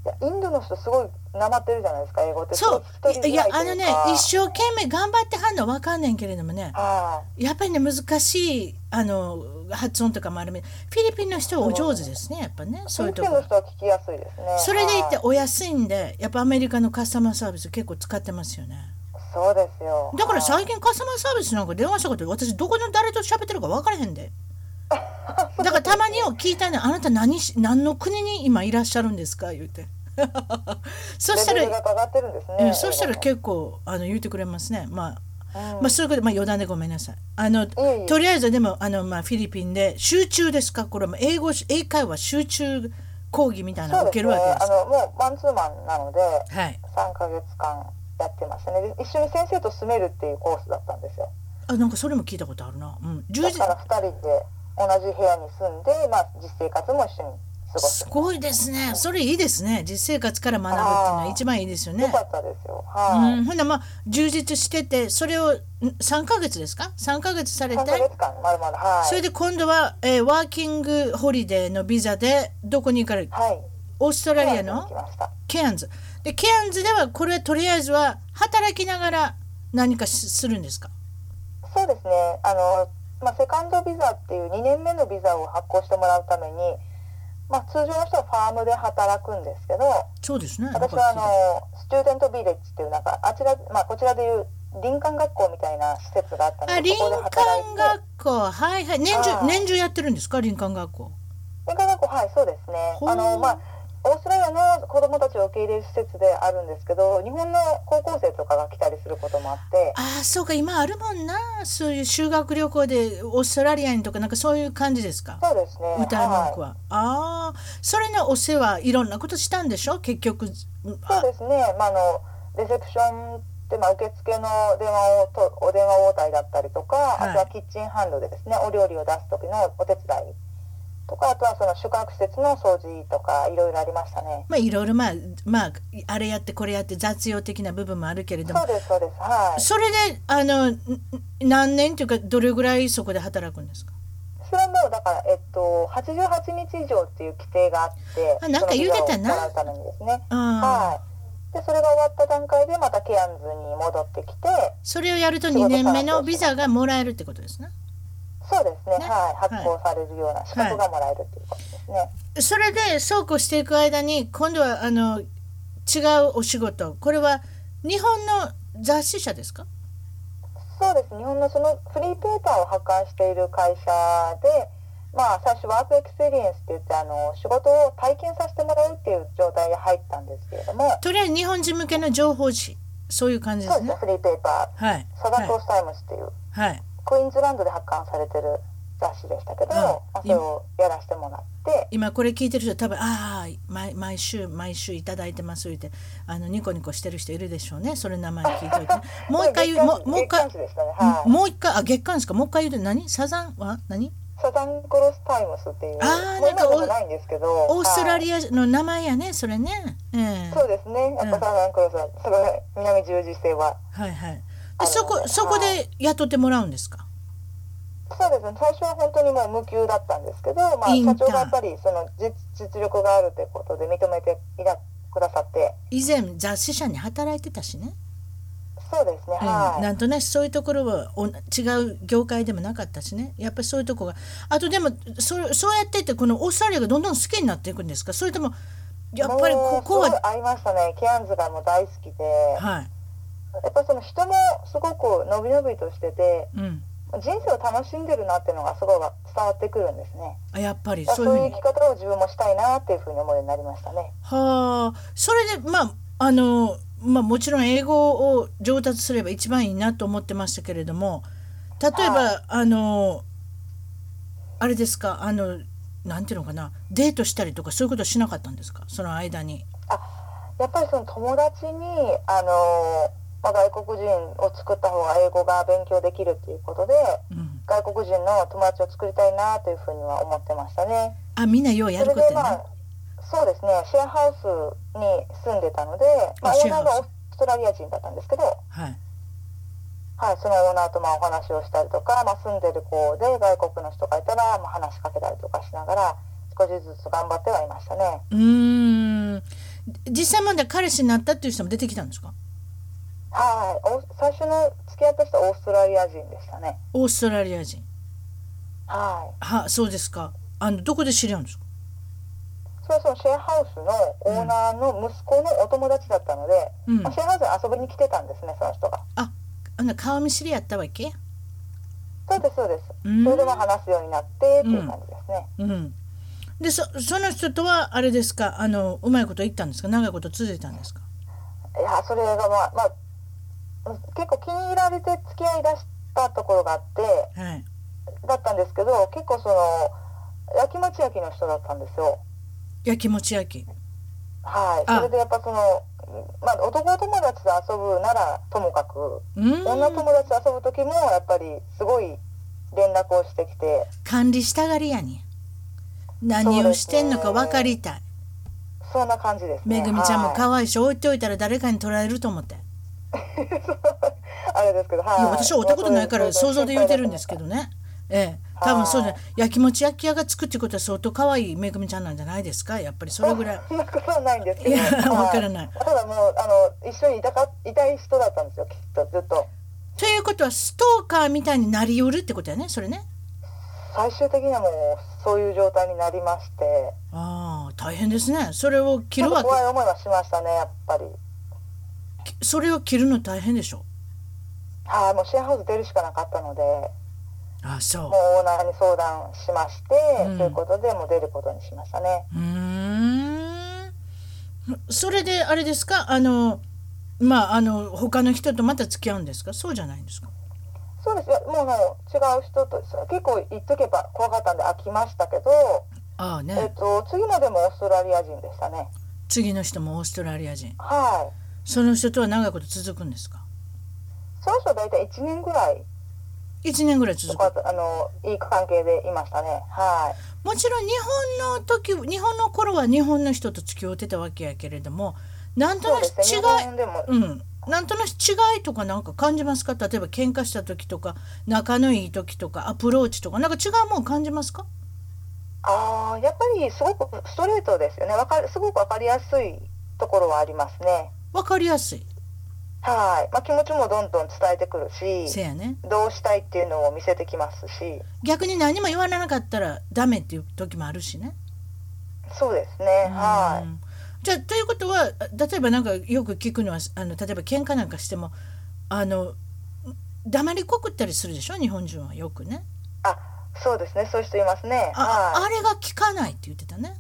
Speaker 2: いやインドの人すごいなまってるじゃないですか英語って
Speaker 1: そ
Speaker 2: 一人
Speaker 1: うい
Speaker 2: 一
Speaker 1: や
Speaker 2: 人
Speaker 1: あのね一生懸命頑張ってはんのはわかんねんけれどもね
Speaker 2: は
Speaker 1: やっぱりね難しいあの発音とかもあるみたいフィリピンの人はお上手ですねやっぱね
Speaker 2: い
Speaker 1: そういうと
Speaker 2: フィリピンの
Speaker 1: こ
Speaker 2: 人は聞きやすいですね
Speaker 1: それでいて
Speaker 2: はい
Speaker 1: お安いんでやっぱアメリカのカスタマーサービス結構使ってますよね
Speaker 2: そうですよ
Speaker 1: だから
Speaker 2: はい
Speaker 1: 最近カスタマーサービスなんか電話したこと私どこの誰と喋ってるか分からへんでだからたまによ聞いたのあなた何し何の国に今いらっしゃるんですか?」言うて そした
Speaker 2: レ
Speaker 1: ら
Speaker 2: ベルが上がってるんです
Speaker 1: う
Speaker 2: ね
Speaker 1: ん、そうしたら
Speaker 2: 英
Speaker 1: 結構あの言ってくれますね。まあ、
Speaker 2: 語がうん
Speaker 1: まあ、そういうこと、まあ、余談でごめんなさい。あの、
Speaker 2: えいえ
Speaker 1: とりあえずでも、あの、まあ、フィリピンで集中ですか、これも英語、英会話集中講義みたいな
Speaker 2: そ
Speaker 1: の
Speaker 2: う
Speaker 1: 受
Speaker 2: で
Speaker 1: け
Speaker 2: す
Speaker 1: る
Speaker 2: ね
Speaker 1: わけです
Speaker 2: あ
Speaker 1: か。
Speaker 2: のもうマンツーマンなので
Speaker 1: はい。
Speaker 2: 3ヶ月間やってましたねで一緒に先生と住めるっていうコースだったんですよ
Speaker 1: あ、なんかそれも聞いたことあるな。うん、十
Speaker 2: だ
Speaker 1: 時
Speaker 2: か。ら2人で同じ部屋に住んで、まあ、実生活も一緒に過ごす
Speaker 1: すごいですね。それいいですね。実生活から学ぶっていうのは一番いいですよ
Speaker 2: よ
Speaker 1: ね
Speaker 2: か。ったですよ
Speaker 1: う
Speaker 2: はい、
Speaker 1: ん、ほんならまあ充実しててそれをん3ヶ月ですか3ヶ月されて
Speaker 2: 3ヶ月間まるまるはい
Speaker 1: それで今度は、えーワーキングホリデーのビザでどこに行かれる
Speaker 2: はい
Speaker 1: オーストラリアの
Speaker 2: 来ました
Speaker 1: ケアンズでケアンズではこれはとりあえずは働きながら何かしするんですか
Speaker 2: そうですねあの、まあ、セカンドビザっていう2年目のビザを発行してもらうために、まあ、通常の人はファームで働くんですけど
Speaker 1: そうですねなん
Speaker 2: 私
Speaker 1: か聞
Speaker 2: はあ
Speaker 1: いた
Speaker 2: のスチューデントビレッジっていうなんかあちら、まあ、こちらでいう林間学校みたいな施設があったの
Speaker 1: あ
Speaker 2: で
Speaker 1: 林
Speaker 2: そこで
Speaker 1: 間
Speaker 2: 働いて
Speaker 1: 学校はいはい年
Speaker 2: あ
Speaker 1: 中
Speaker 2: あ
Speaker 1: 年中やってるんですか林間学校
Speaker 2: 文化学校はいそうですね
Speaker 1: ほう
Speaker 2: あのまあオーストラリアの子どもたちを受け入れる施設であるんですけど日本の高校生とかが来たりすることもあって
Speaker 1: ああそうか今あるもんなそういう修学旅行でオーストラリアにとかなんかそういう感じですか
Speaker 2: そうですね
Speaker 1: 歌い文句
Speaker 2: は
Speaker 1: は、ああそれのお世話いろんなことしたんでしょ結局
Speaker 2: い、そうですね、まあ、あのレセプションって、まあ、受付の電話をとお電話応対だったりとか、
Speaker 1: い
Speaker 2: あとはキッチンハンドでですねお料理を出す時のお手伝いとかあとはその宿泊施設の掃除とかいろいろありましたね
Speaker 1: まあいろいろまあまああれやってこれやって雑用的な部分もあるけれども
Speaker 2: そうですそうですはい
Speaker 1: それであのん何年というかどれぐらいそこで働くんですか
Speaker 2: それはもうだから、えっと、88日以上っていう規定があって
Speaker 1: あなんか言うてたな
Speaker 2: そのビザをもらうためにですね、
Speaker 1: ああ
Speaker 2: はい、でそれが終わった段階でまたケアンズに戻ってきて
Speaker 1: それをやると2年目のビザがもらえるってことですね
Speaker 2: そうですね
Speaker 1: ね
Speaker 2: はい、発行されるような資格がもらえるっていうことですね、
Speaker 1: それでそうこうしていく間に今度はあの違うお仕事これは日本の雑誌社ですか
Speaker 2: そうです日本のそのフリーペーパーを発刊している会社で、まあ、最初ワークエクスペリエンスって言ってあの仕事を体験させてもらうっていう状態で入ったんですけれども、
Speaker 1: とりあえず日本人向けの情報誌そういう感じで
Speaker 2: そう
Speaker 1: す
Speaker 2: です
Speaker 1: ね
Speaker 2: ねフリーペーパー
Speaker 1: はい
Speaker 2: サザントースタイムズっていう、
Speaker 1: はい
Speaker 2: クイーンズランドで発刊されてる雑誌でしたけ
Speaker 1: う
Speaker 2: ど、
Speaker 1: ん
Speaker 2: まあそれをやらせてもらって
Speaker 1: 今これ聞いてる人多分ああ毎毎週毎週いただいてます言ってあのニコニコしてる人いるでしょうねそれ名前聞い ておいてね、もう一回言うもうもう一
Speaker 2: 月
Speaker 1: 回
Speaker 2: 刊誌でしたねはい、
Speaker 1: もう一回あ月刊ですかもう一回言うと何サザンは何
Speaker 2: サザンクロスタイムスっていう
Speaker 1: あー
Speaker 2: もう
Speaker 1: なんか
Speaker 2: 今でもないんですけど
Speaker 1: オーストラ
Speaker 2: ア
Speaker 1: リアの名前やねそれね、ええ
Speaker 2: そうですねやっぱサザンクロスはすごい南十字星は
Speaker 1: はいはい
Speaker 2: あ
Speaker 1: で
Speaker 2: の
Speaker 1: そこそこで雇ってもらうんですか
Speaker 2: そうですね最初は本当にもう無給だったんですけど、まあ、
Speaker 1: インター
Speaker 2: 社長がやっぱりその実実力があるということで認めていらくださって
Speaker 1: 以前雑誌社に働いてたしね、
Speaker 2: そうですね
Speaker 1: うん
Speaker 2: はい、
Speaker 1: なんとなくそういうところはお違う業界でもなかったしねやっぱりそういうとこがあとでもそそうやってってこのオーストラリアがどんどん好きになっていくんですかそれともやっぱりここ
Speaker 2: もうす
Speaker 1: は
Speaker 2: ごい合いましたねケアンズがもう大好きで
Speaker 1: はい
Speaker 2: やっぱその人もすごく伸び伸びとしてて
Speaker 1: うん
Speaker 2: 人生を楽しんでるなっていうのがすごい伝わってくるんですね
Speaker 1: あやっぱり
Speaker 2: だから
Speaker 1: そういう
Speaker 2: そう
Speaker 1: ふう
Speaker 2: いう
Speaker 1: に
Speaker 2: 生き方を自分もしたいなっていうふうに思うようになりましたね
Speaker 1: はあそれでまああのまあもちろん英語を上達すれば一番いいなと思ってましたけれども例えば、
Speaker 2: は
Speaker 1: あのあれですかあのなんていうのかなデートしたりとかそういうことはしなかったんですかその間に
Speaker 2: やっぱりその友達にあの、まあ、外国人を作った方が英語が勉強できるっていうことで
Speaker 1: うん、
Speaker 2: 外国人の友達を作りたいなというふうには思ってましたね。
Speaker 1: あみんなようや
Speaker 2: そ
Speaker 1: る
Speaker 2: れ
Speaker 1: ことや
Speaker 2: で
Speaker 1: ね、
Speaker 2: まあそうですねシェアハウスに住んでたので、まあ、
Speaker 1: あ
Speaker 2: オ
Speaker 1: シ
Speaker 2: ー
Speaker 1: ェアハ
Speaker 2: ナ
Speaker 1: ウス
Speaker 2: ーがオーストラリア人だったんですけど、は
Speaker 1: はい
Speaker 2: い、そのオーナーとまあお話をしたりとか、まあ、住んでる子で外国の人がいたら、まあ、話しかけたりとかしながら少しずつ頑張ってはいましたね。
Speaker 1: うーん実際問題彼氏になったっていう人も出てきたんですか
Speaker 2: はいお最初の付き合った人はオーストラリア人でしたね
Speaker 1: オーストラリア人
Speaker 2: は
Speaker 1: はそうですかあのどこで知り合うんですか
Speaker 2: いそれはそのシェアハウスのオーナーの息子のお友達だったので、
Speaker 1: うん
Speaker 2: まあシェアハウスに遊びに来てたんですねその人が
Speaker 1: ああの顔見知りやったわけ
Speaker 2: そうですそうです
Speaker 1: うん
Speaker 2: それでまあ話すようになってっていう感じですね、
Speaker 1: うんでそその人とはあれですかあのうまいこと言ったんですか長いこと続いたんですか
Speaker 2: いやそれがまあまあうん結構気に入られて付き合いだしたところがあって
Speaker 1: はい
Speaker 2: だったんですけど結構そのやきもち焼きの人だったんですよ
Speaker 1: やきもち焼き
Speaker 2: はい
Speaker 1: あ
Speaker 2: それでやっぱその、まあ、男友達と遊ぶならともかく
Speaker 1: うん
Speaker 2: 女友達と遊ぶ時もやっぱりすごい連絡をしてきて
Speaker 1: 管理したがりやに何をしてんのか分かりたい、
Speaker 2: そんな感じですね
Speaker 1: めぐみちゃんも
Speaker 2: はい
Speaker 1: 可愛いし置いておいたら誰かに取られると思って、い
Speaker 2: あれですけどはい
Speaker 1: や私は男とないから想像で言うてるんですけどねええ多分そうじゃないやきもち焼き屋が作っていうことは相当可愛いめぐみちゃんなんじゃないですかやっぱりそれぐらい
Speaker 2: そんなことはないんですけど
Speaker 1: いや
Speaker 2: はい
Speaker 1: わからない
Speaker 2: ただもうあの一緒にいたかいたい人だったんですよきっとずっと
Speaker 1: ということはストーカーみたいになりうるってことやねそれね
Speaker 2: 最終的にはもうそういう状態になりまして
Speaker 1: ああ大変ですねそれを切
Speaker 2: ちょ
Speaker 1: る
Speaker 2: っと
Speaker 1: わ
Speaker 2: 怖い思いはしましたねやっぱり
Speaker 1: けそれを切るの大変でしょ
Speaker 2: はいもうシェアハウス出るしかなかったので
Speaker 1: ああそう
Speaker 2: もうオーナーに相談しまして、
Speaker 1: うん
Speaker 2: ということでもう出ることにしましたね
Speaker 1: うーんそれであれですかあのまああの他の人とまた付き合うんですかそうじゃないんですか
Speaker 2: そうですよもうもう違う人と結構言っとけば怖かったんで飽きましたけど、
Speaker 1: ああ
Speaker 2: えっ
Speaker 1: ね
Speaker 2: と、次のでもオーストラリア人でしたね
Speaker 1: 次の人もオーストラリア人
Speaker 2: はい
Speaker 1: その人とは長いこと続くんですか
Speaker 2: その人は大体1年ぐらい
Speaker 1: 1年ぐらい続
Speaker 2: と
Speaker 1: く
Speaker 2: かあのいい関係でいましたねはい
Speaker 1: もちろん日本の時日本の頃は日本の人と付き合ってたわけやけれどもなんと
Speaker 2: そう
Speaker 1: な
Speaker 2: で
Speaker 1: く
Speaker 2: すね
Speaker 1: 違
Speaker 2: 日
Speaker 1: い
Speaker 2: 本でも
Speaker 1: うん、なんとなく違いとかなんか感じますか例えば喧嘩した時とか仲のいい時とかアプローチとかなんか違うもん感じますか
Speaker 2: ああやっぱりすごくストレートですよねわかるすごくわかりやすいところはありますね
Speaker 1: わかりやすい
Speaker 2: はい、まあ、気持ちもどんどん伝えてくるし
Speaker 1: せやね
Speaker 2: どうしたいっていうのを見せてきますし
Speaker 1: 逆に何も言わなかったらダメっていう時もあるしね。
Speaker 2: そうですね
Speaker 1: う
Speaker 2: は
Speaker 1: んじゃあということは例えばなんかよく聞くのはあの例えば喧嘩なんかしてもあの黙りこくったりするでしょ日本人はよくね。
Speaker 2: いあそうですねそういう人いますね
Speaker 1: あ
Speaker 2: はい
Speaker 1: あれが効かないって言ってたね。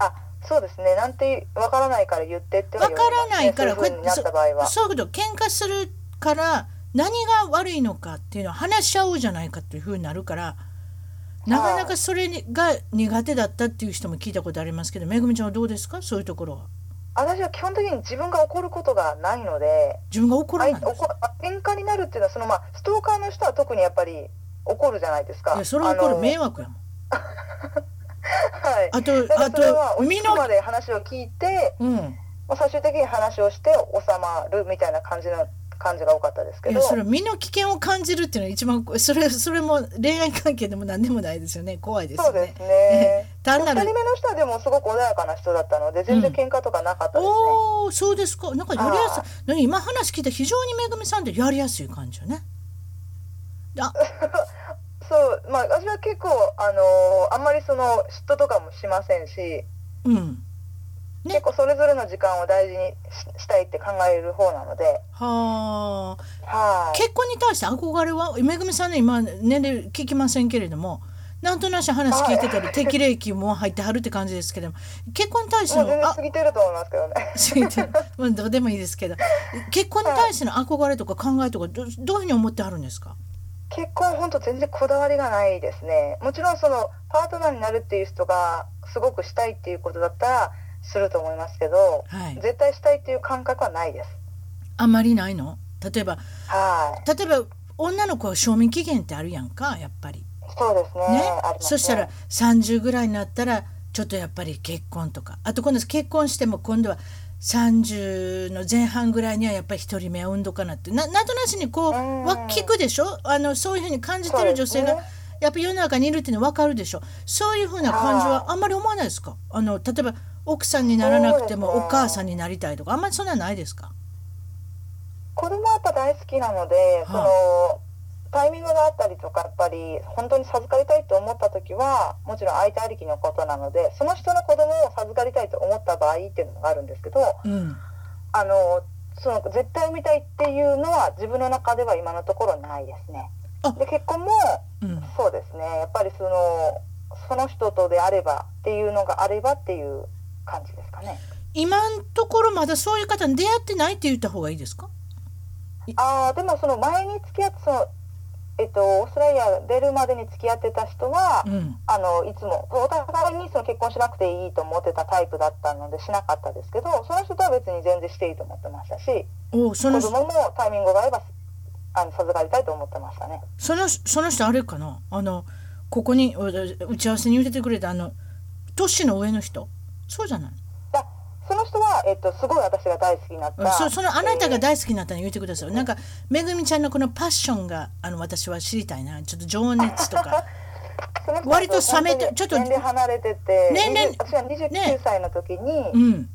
Speaker 2: あそうですねなんてわからないから言ってっては
Speaker 1: わ
Speaker 2: 言
Speaker 1: か
Speaker 2: われ
Speaker 1: ら
Speaker 2: ます
Speaker 1: な
Speaker 2: ね
Speaker 1: いから
Speaker 2: そういう風になった場合は
Speaker 1: そういうこと喧嘩するから何が悪いのかっていうのを話し合おうじゃないかというふうになるからなかなかそれにが苦手だったっていう人も聞いたことありますけどめぐみちゃんはどうですかそういうところは。
Speaker 2: 私は基本的に自分が怒ることがないので
Speaker 1: 自分が怒らない
Speaker 2: 相
Speaker 1: ん
Speaker 2: 手
Speaker 1: です
Speaker 2: 怒喧嘩になるっていうのはその、まあ、ストーカーの人は特にやっぱり怒るじゃないですか
Speaker 1: いやそれは怒
Speaker 2: あ
Speaker 1: る
Speaker 2: の
Speaker 1: 迷惑やもん
Speaker 2: はい、
Speaker 1: あと
Speaker 2: だからそれは
Speaker 1: あと
Speaker 2: 落
Speaker 1: 身
Speaker 2: ち
Speaker 1: の
Speaker 2: 着くまで話を聞いて、
Speaker 1: うん
Speaker 2: まあ、最終的に話をして収まるみたいな感じの感じが多かったですけ
Speaker 1: い
Speaker 2: ど
Speaker 1: やそれは身の危険を感じるっていうのは一番こそれそれも恋愛関係でも何でもないですよね怖いです
Speaker 2: そう
Speaker 1: よ
Speaker 2: で
Speaker 1: ね
Speaker 2: すね
Speaker 1: 単な
Speaker 2: 2
Speaker 1: る
Speaker 2: 人目の人はでもすごく穏やかな人だったので全然
Speaker 1: うん
Speaker 2: 喧嘩とかなかったですね、
Speaker 1: おおーそうですかなんかやりやすい
Speaker 2: あ
Speaker 1: 何今話聞いたら非常にめぐみさんってやりやすい感じよねあ
Speaker 2: そうまあ私は結構あのーあんまりその嫉妬とかもしませんし
Speaker 1: うんね
Speaker 2: 結構それぞれの時間を大事にししたいって考える方なので
Speaker 1: はあ
Speaker 2: はい
Speaker 1: 結婚に対して憧れはめぐみさんね今年齢聞きませんけれどもなんとなし話聞いてたり適齢期も入ってはるって感じですけども結婚に対して
Speaker 2: もう
Speaker 1: の
Speaker 2: 全然
Speaker 1: あ
Speaker 2: 過ぎてると思いますけどね
Speaker 1: ついてるまあどうでもいいですけど結婚に対しての憧れとか考えとかどどういうふうに思ってはるんですか
Speaker 2: 結婚本当全然こだわりがないですねもちろんそのパートナーになるっていう人がすごくしたいっていうことだったらすると思いますけど、
Speaker 1: はい
Speaker 2: 絶対したいっていう感覚はないです
Speaker 1: あんまりないの例えば
Speaker 2: はい
Speaker 1: 例えば女の子は賞味期限ってあるやんかやっぱり
Speaker 2: そうですね
Speaker 1: ね
Speaker 2: ありますね
Speaker 1: そしたら30ぐらいになったらちょっとやっぱり結婚とかあと今度結婚しても今度は30の前半ぐらいにはやっぱり一人目を産んどかなってななんとなしにこう
Speaker 2: うん
Speaker 1: は聞くでしょあのそういうふうに感じてる女性
Speaker 2: そう
Speaker 1: が
Speaker 2: です
Speaker 1: やっぱ世の中にいるっていうの分かるでしょそういうふうな感じ
Speaker 2: は
Speaker 1: はあんまり思わないですかあの例えば奥さんにならなくても
Speaker 2: そうですね
Speaker 1: お母さんになりたいとかあんまりそんなのないですか
Speaker 2: 子供はやっぱ大好きなので、そのタイミングがあったりとかやっぱり本当に授かりたいと思った時はもちろん相手ありきのことなのでその人の子供を授かりたいと思った場合っていうのがあるんですけど
Speaker 1: うん
Speaker 2: あのその絶対産みたいっていうのは自分の中では今のところないですね
Speaker 1: あ。
Speaker 2: で結婚も
Speaker 1: うん
Speaker 2: そうですねやっぱりそのその人とであればっていうのがあればっていう感じですかね。
Speaker 1: 今のところまだそういう方に出会ってないって言った方がいいですか
Speaker 2: ああでもその前に付き合ってその、えっと、オーストラリア出るまでに付き合ってた人は、
Speaker 1: うん
Speaker 2: あのいつもお互いにその結婚しなくていいと思ってたタイプだったのでしなかったですけどその人とは別に全然していいと思ってましたし
Speaker 1: おうそ
Speaker 2: 子
Speaker 1: の
Speaker 2: 供もタイミングが合えばあの授かりたいと思ってましたね。
Speaker 1: そのその人あれかなあのここにお打ち合わせに入れてくれたあの年の上の人そうじゃない
Speaker 2: だその人は、えっと、すごい私が大好きになっ
Speaker 1: うん
Speaker 2: た
Speaker 1: そそのあなた
Speaker 2: え
Speaker 1: が
Speaker 2: ー
Speaker 1: 大好きになったの言ってください、なんかめぐみちゃんのこのパッションがあの私は知りたいなちょっと情熱と か
Speaker 2: その人
Speaker 1: 割と冷めて
Speaker 2: 本当に
Speaker 1: ちょっと
Speaker 2: 年齢離れてて
Speaker 1: 年齢
Speaker 2: 20私は
Speaker 1: ね
Speaker 2: 29歳の時に、
Speaker 1: うん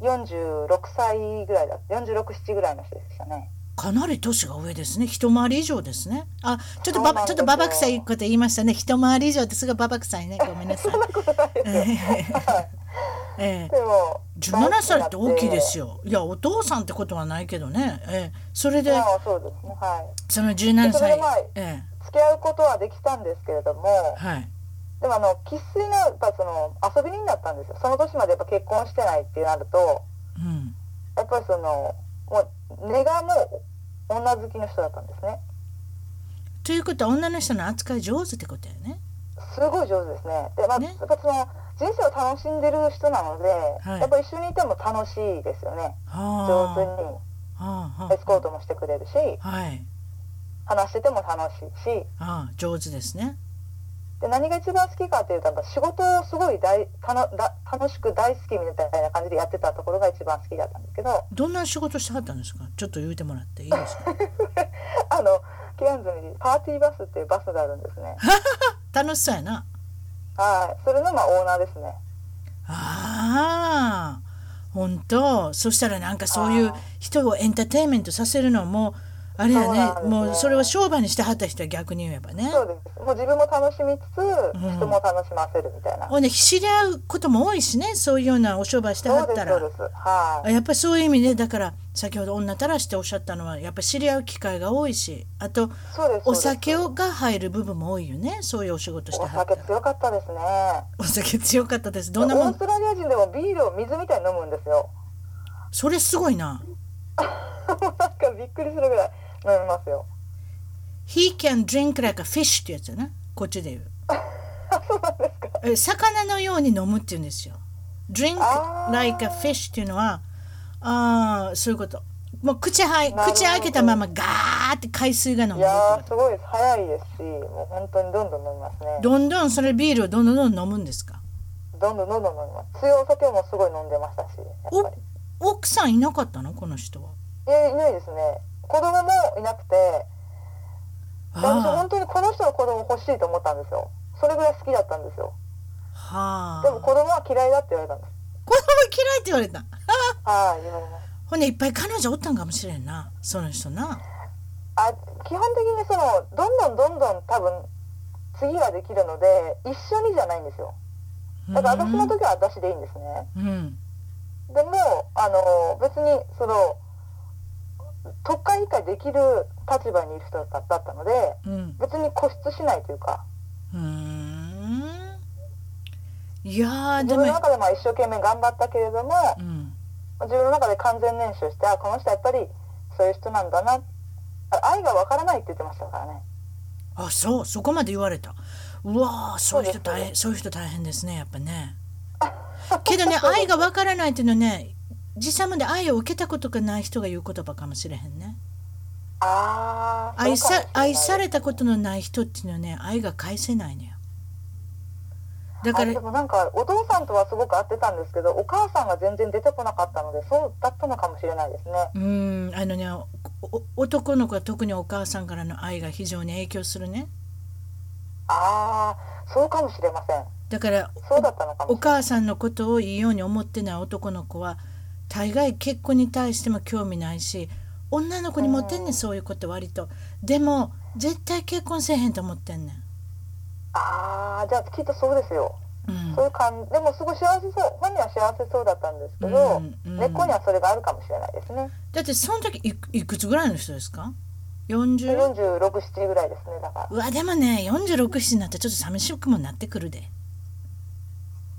Speaker 2: 46歳ぐらいだった467ぐらいの人でしたね
Speaker 1: かなり年が上ですね一回り以上ですねあちょっとばばち
Speaker 2: そ
Speaker 1: ょっ
Speaker 2: うなんですよ
Speaker 1: とババ臭いこと言いましたね一回り以上ってすごいババ臭いねごめんなさ い
Speaker 2: そんなことないですよはい
Speaker 1: ええ
Speaker 2: でも
Speaker 1: 17歳って大きいです
Speaker 2: よ
Speaker 1: よいやお父さんってことはないけどね、ええそれで
Speaker 2: ああそうですねは
Speaker 1: その17
Speaker 2: でそ
Speaker 1: 歳
Speaker 2: れでまあ
Speaker 1: え
Speaker 2: い付き合うことはできたんですけれども
Speaker 1: えはい
Speaker 2: でもあの生粋のやっぱその遊び人だったんですよその年までやっぱ結婚してないってなると
Speaker 1: うん
Speaker 2: やっぱりそのもう根がもう女好きの人だったんですね
Speaker 1: ということは女の人の扱い上手ってことやね
Speaker 2: すごい上手ですねでまあ、
Speaker 1: ね
Speaker 2: やっぱその人生を楽しんでる人なので、
Speaker 1: はい
Speaker 2: やっぱ一緒にいても楽しいですよね上手
Speaker 1: は
Speaker 2: に
Speaker 1: あは
Speaker 2: エスコートもしてくれるし
Speaker 1: あはい
Speaker 2: 話してても楽しいし
Speaker 1: ああ上手ですね
Speaker 2: で何が一番好きかっていうとやっぱ仕事をすごい大たのだ楽しく大好きみたいな感じでやってたところが一番好きだったんですけど
Speaker 1: どんな仕事してはったんですかちょっと言うてもらっていいですか
Speaker 2: あのケアンズにパーティーバスっていうバスがあるんですね
Speaker 1: 楽しそうやな
Speaker 2: はいそれのまあオーナーですね
Speaker 1: ああ本当そしたらなんかそういう
Speaker 2: あー
Speaker 1: 人をエンターテインメントさせるのもあれや
Speaker 2: そう
Speaker 1: ね
Speaker 2: なんですね
Speaker 1: もうそれを商売にしてはった人は逆に言えばね
Speaker 2: そうですもう自分も楽しみつつ
Speaker 1: ん
Speaker 2: 人も楽しませるみたいな、
Speaker 1: ほんで知り合うことも多いしねそういうようなお商売しては
Speaker 2: そう
Speaker 1: っ
Speaker 2: で
Speaker 1: た
Speaker 2: す
Speaker 1: ら
Speaker 2: そうですはい
Speaker 1: やっぱりそういう意味でだから先ほど女たらしっておっしゃったのはやっぱり知り合う機会が多いしあと
Speaker 2: そうです
Speaker 1: お酒
Speaker 2: そう
Speaker 1: をが入る部分も多いよねそういうお仕事
Speaker 2: で
Speaker 1: し
Speaker 2: す
Speaker 1: て
Speaker 2: お
Speaker 1: はった
Speaker 2: 酒
Speaker 1: ら
Speaker 2: 強かったですね
Speaker 1: お酒強かったです
Speaker 2: オ
Speaker 1: どんなも
Speaker 2: ー
Speaker 1: ん
Speaker 2: ストラリア人でもビールを水みたいに飲むんですよ
Speaker 1: それすごいな
Speaker 2: なんかびっくりするぐらい飲みますよ
Speaker 1: He can drink like a fish ってやつよねこっちで言う
Speaker 2: あそうなんですか
Speaker 1: え魚のように飲むって言うんですよ Drink
Speaker 2: あー
Speaker 1: like a fish っていうのはああそういうこともう口はい
Speaker 2: なるほど
Speaker 1: 口開けたままガーって海水が飲めるっ
Speaker 2: い
Speaker 1: て
Speaker 2: や
Speaker 1: こ
Speaker 2: ー
Speaker 1: と
Speaker 2: すごいです早いですしもう本当にどんどん飲みますね
Speaker 1: どんどんそれビールをどんどんどんどん飲むんですか
Speaker 2: どんどんどんどん飲みます強いお酒もすごい飲んでましたしやっぱり
Speaker 1: お奥さんいなかったのこの人は。
Speaker 2: いやいないですね子供もいなくて私
Speaker 1: あ
Speaker 2: 本当にこの人の子供欲しいと思ったんですよそれぐらい好きだったんですよ
Speaker 1: あはあ。
Speaker 2: でも子供は嫌いだって言われたんです
Speaker 1: 子供嫌いって言われた。
Speaker 2: はい言われました
Speaker 1: ほんでいっぱい彼女おったんかもしれんなその人な。
Speaker 2: あ基本的にそのどんどんどんどん多分次ができるので一緒にじゃないんですよ
Speaker 1: うん
Speaker 2: だから私の時は私でいいんですね、
Speaker 1: うん
Speaker 2: でもあの別にその特会以下できる立場にいる人だったので
Speaker 1: うん
Speaker 2: 別に固執しないというか
Speaker 1: うーん。いやー
Speaker 2: 自
Speaker 1: で
Speaker 2: 分の
Speaker 1: も。
Speaker 2: 中でまあ一生懸命頑張ったけれども
Speaker 1: うん
Speaker 2: 自分の中で完全燃焼してあこの人やっぱりそういう人なんだなあ愛がわからないって言ってましたからね
Speaker 1: あそうそこまで言われた。うわーそういう人
Speaker 2: そうです
Speaker 1: 大変そういう人大変ですねやっぱね。けどね愛がわからないっていうのね実際まで愛を受けたことがない人が言う言葉かもしれへんね。
Speaker 2: ああ
Speaker 1: 愛さ愛されたことのない人っていうのはね愛が返せないのよだ
Speaker 2: だ
Speaker 1: か
Speaker 2: で
Speaker 1: ら
Speaker 2: もなんかお父さんとはすごく会ってたんですけどお母さんが全然出てこなかったのでそうだったのかもしれないですね
Speaker 1: うんあのねおお男の子は特にお母さんからの愛が非常に影響するね
Speaker 2: ああそうかもしれません
Speaker 1: だから
Speaker 2: そうだったのかも
Speaker 1: お
Speaker 2: しれない
Speaker 1: 母さんのことをいいように思ってない男の子は大概結婚に対しても興味ないし女の子に持ってんねんそういうこと割とでも絶対結婚せえへんと思ってんねん、
Speaker 2: ああじゃあきっとそうですよ、
Speaker 1: うん
Speaker 2: そういう感でもすごい幸せそう本人は幸せそうだったんですけど、
Speaker 1: うんうん
Speaker 2: 根っこにはそれがあるかもしれないですね
Speaker 1: だってその時いくいくつぐらいの人ですか 40?
Speaker 2: 467ぐらいですねだから
Speaker 1: うわでもね467になったらちょっと寂しくもなってくるで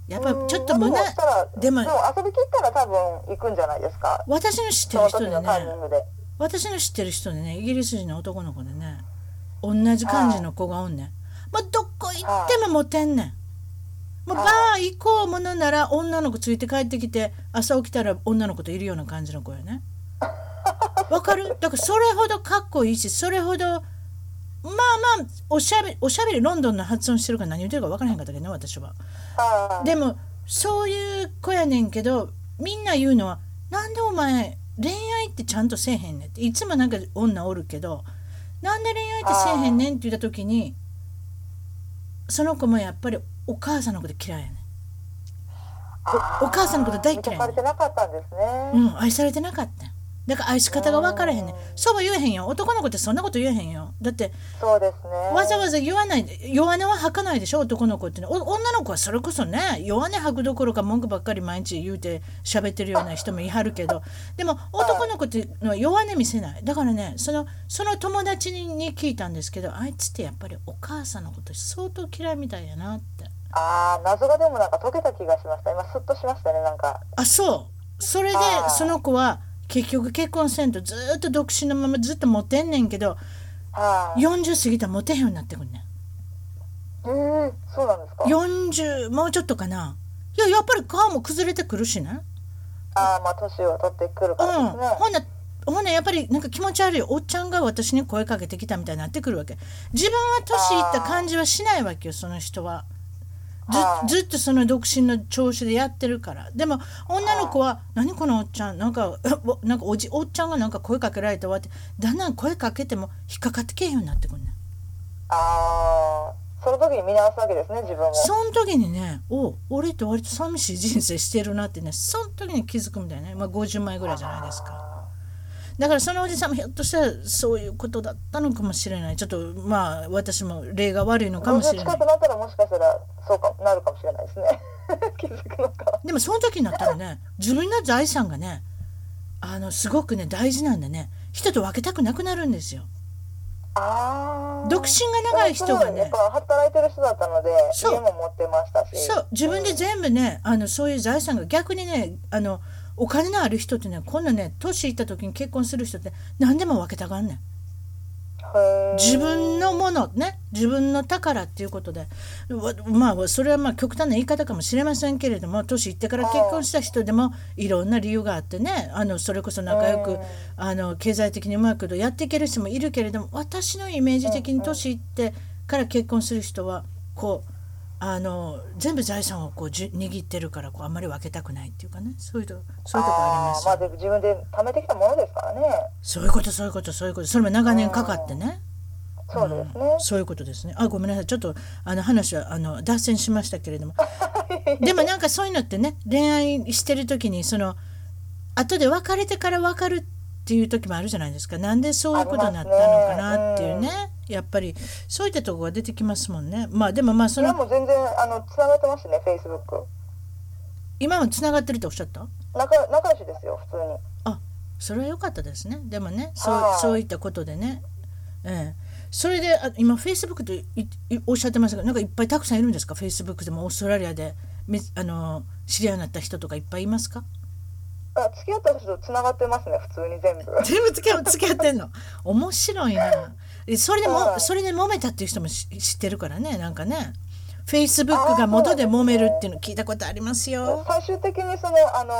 Speaker 1: やっぱちょっと
Speaker 2: うん
Speaker 1: 胸
Speaker 2: でもしたら
Speaker 1: で
Speaker 2: で
Speaker 1: も
Speaker 2: も遊びきったら多分行くんじゃないですか
Speaker 1: 私の知って
Speaker 2: そ
Speaker 1: る人
Speaker 2: の時
Speaker 1: で
Speaker 2: のタイミ
Speaker 1: ね
Speaker 2: ングで、
Speaker 1: 私の知ってる人でねイギリス人の男の子でね同じ感じの子がおんねんまあどこ行ってもモテんねんもうバー行こうものなら女の子ついて帰ってきて朝起きたら女の子といるような感じの子よねわかるだからそれほどかっこいいしそれほどまあまあおしゃべおしゃべりロンドンの発音してるから何言ってるか分からへんかったけどね私は
Speaker 2: ああ
Speaker 1: でもそういう子やねんけどみんな言うのは「なんでお前恋愛ってちゃんとせえへんねん」っていつもなんか女おるけど「なんで恋愛ってせえへんねん」って言った時にその子もやっぱりお母さんのこと嫌いやねん。おお母さんのこと大嫌い
Speaker 2: 満たされてなかったんですね、
Speaker 1: うん、愛されてなかったんだから愛し方が分からへんねんそうは言えへんよ男の子ってそんなこと言えへんよだって
Speaker 2: そうですね
Speaker 1: わざわざ言わない弱音は吐かないでしょ男の子ってねお女の子はそれこそね弱音吐くどころか文句ばっかり毎日言うて喋ってるような人もいはるけどでも男の子っていうのは弱音見せないだからねそのその友達にに聞いたんですけどあいつってやっぱりお母さんのこと相当嫌いみたいやなって
Speaker 2: ああ謎がでもなんか解けた気がしました今スッとしましたねなんか
Speaker 1: あそうそれで
Speaker 2: あー
Speaker 1: その子は結局結婚せんとずーっと独身のままずっとモテんねんけど
Speaker 2: はい、
Speaker 1: 40過ぎたらモテへんようになってくんねん。
Speaker 2: えー、そうなんですか
Speaker 1: 40もうちょっとかないややっぱり顔も崩れてくるしね
Speaker 2: ああまあ年を取ってくる
Speaker 1: う
Speaker 2: か
Speaker 1: ん
Speaker 2: らですね、
Speaker 1: ほんなほんなやっぱりなんか気持ち悪いおっちゃんが私に声かけてきたみたいになってくるわけ自分は年いった感じはしないわけよその人は
Speaker 2: はい
Speaker 1: ずずっとその独身の調子でやってるからでも女の子は「何このおっちゃんなんか おなんかおじおっちゃんがなんか声かけられたわ」ってだんだん声かけても引っかかってけえようになってくんねん
Speaker 2: ああその時に見直すわけですね自分を
Speaker 1: その時にねお俺って割と寂しい人生してるなってねその時に気づくみたいなね、まあ、50枚ぐらいじゃないですかだからそのおじさんもひょっとしたらそういうことだったのかもしれないちょっとまあ私も例が悪いのかもしれな
Speaker 2: 近
Speaker 1: い
Speaker 2: くなったらもしかしたらそうかなるかもしれないですね 気づくのか
Speaker 1: でもその時になったらね自分の財産がねあのすごくね大事なんでね人と分けたくなくなるんですよ
Speaker 2: ああ
Speaker 1: 独身が長い人がね
Speaker 2: やっぱ働いてる人だったので
Speaker 1: そう
Speaker 2: 家も持ってましたし
Speaker 1: そう自分で全部ねあのそういう財産が逆にねあのお金のある人ってね今度ね年いった時に結婚する人って何でも分けたがんねん
Speaker 2: へー
Speaker 1: 自分のものね自分の宝っていうことでわまあそれはまあ極端な言い方かもしれませんけれども年いってから結婚した人でもいろんな理由があってねあのそれこそ仲良
Speaker 2: う
Speaker 1: く
Speaker 2: ん
Speaker 1: あの経済的にうまくやっていける人もいるけれども私のイメージ的に年いってから結婚する人はこうあの全部財産をこうじゅ握ってるからこうあんまり分けたくないっていうかねそういうとそういうとこあります
Speaker 2: あ
Speaker 1: よ
Speaker 2: ーまあで自分で貯めてきたものですからね
Speaker 1: そういうことそういうことそういうことそれも長年かかってね。
Speaker 2: そうですね、
Speaker 1: そういうことですね。あ、ごめんなさい。ちょっとあの話はあの脱線しましたけれども、でもなんかそういうのってね、恋愛してる時にその後で別れてから分かるっていう時もあるじゃないですか。なんでそういうことになったのかなっていう
Speaker 2: あり
Speaker 1: ね
Speaker 2: ま。
Speaker 1: やっぱりそういったとこが出てきますもんね。まあでもまあそ
Speaker 2: 今
Speaker 1: の
Speaker 2: も全然あの繋がってますねフェイスブック
Speaker 1: 今もつながってるとおっしゃった。
Speaker 2: 仲仲良しですよ普通に
Speaker 1: あそれは良かったですねでもねそう
Speaker 2: はい
Speaker 1: そういったことでね、ええ、それであ今フェイスブックといいおっしゃってましたけどなんかいっぱいたくさんいるんですかフェイスブックでもオーストラリアでみあの知り合いになった人とかいっぱいいますか
Speaker 2: あ付き合った人と繋がってますね普通に全部
Speaker 1: 全部付き合う付き合ってんの面白いなえそれでも
Speaker 2: はい
Speaker 1: それで揉めたっていう人もし知ってるからねなんかねフェイスブックが元で揉めるっていうの聞いたことありますよ
Speaker 2: 最終的にそのあの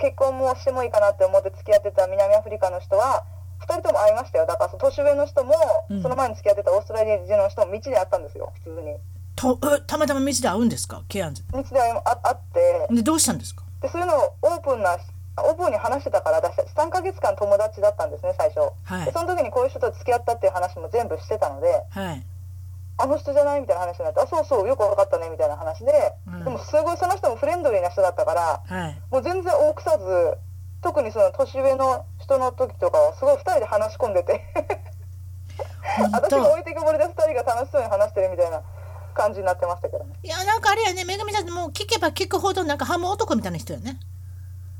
Speaker 2: 結婚もしてもいいかなって思って付き合ってた南アフリカの人は2人とも会いましたよだからその年上の人も、
Speaker 1: うん
Speaker 2: その前に付き合ってたオーストラリア人の人も道で会ったんですよ普通に
Speaker 1: とうたまたま道で会うんですかケアンズ
Speaker 2: 道で会いあ会って
Speaker 1: でどうしたんですか
Speaker 2: でそういうのをオープンなオープンに話してたから私たち3ヶ月間友達だったんですね最初、
Speaker 1: はい
Speaker 2: でその時にこういう人と付き合ったっていう話も全部してたので
Speaker 1: はい
Speaker 2: あの人じゃないみたいな話になって、あ、そうそう、よく分かったねみたいな話で、
Speaker 1: うん
Speaker 2: でもすごいその人もフレンドリーな人だったから、
Speaker 1: はい
Speaker 2: もう全然大くさず、特にその年上の人の時とかは、すごい2人で話し込んでて、
Speaker 1: 本
Speaker 2: 私が
Speaker 1: 当
Speaker 2: 置いてけぼりで2人が楽しそうに話してるみたいな感じになってましたけどね。
Speaker 1: いやなんかあれやねめぐみさんってもう聞けば聞くほどなんかハム男みたいな人やね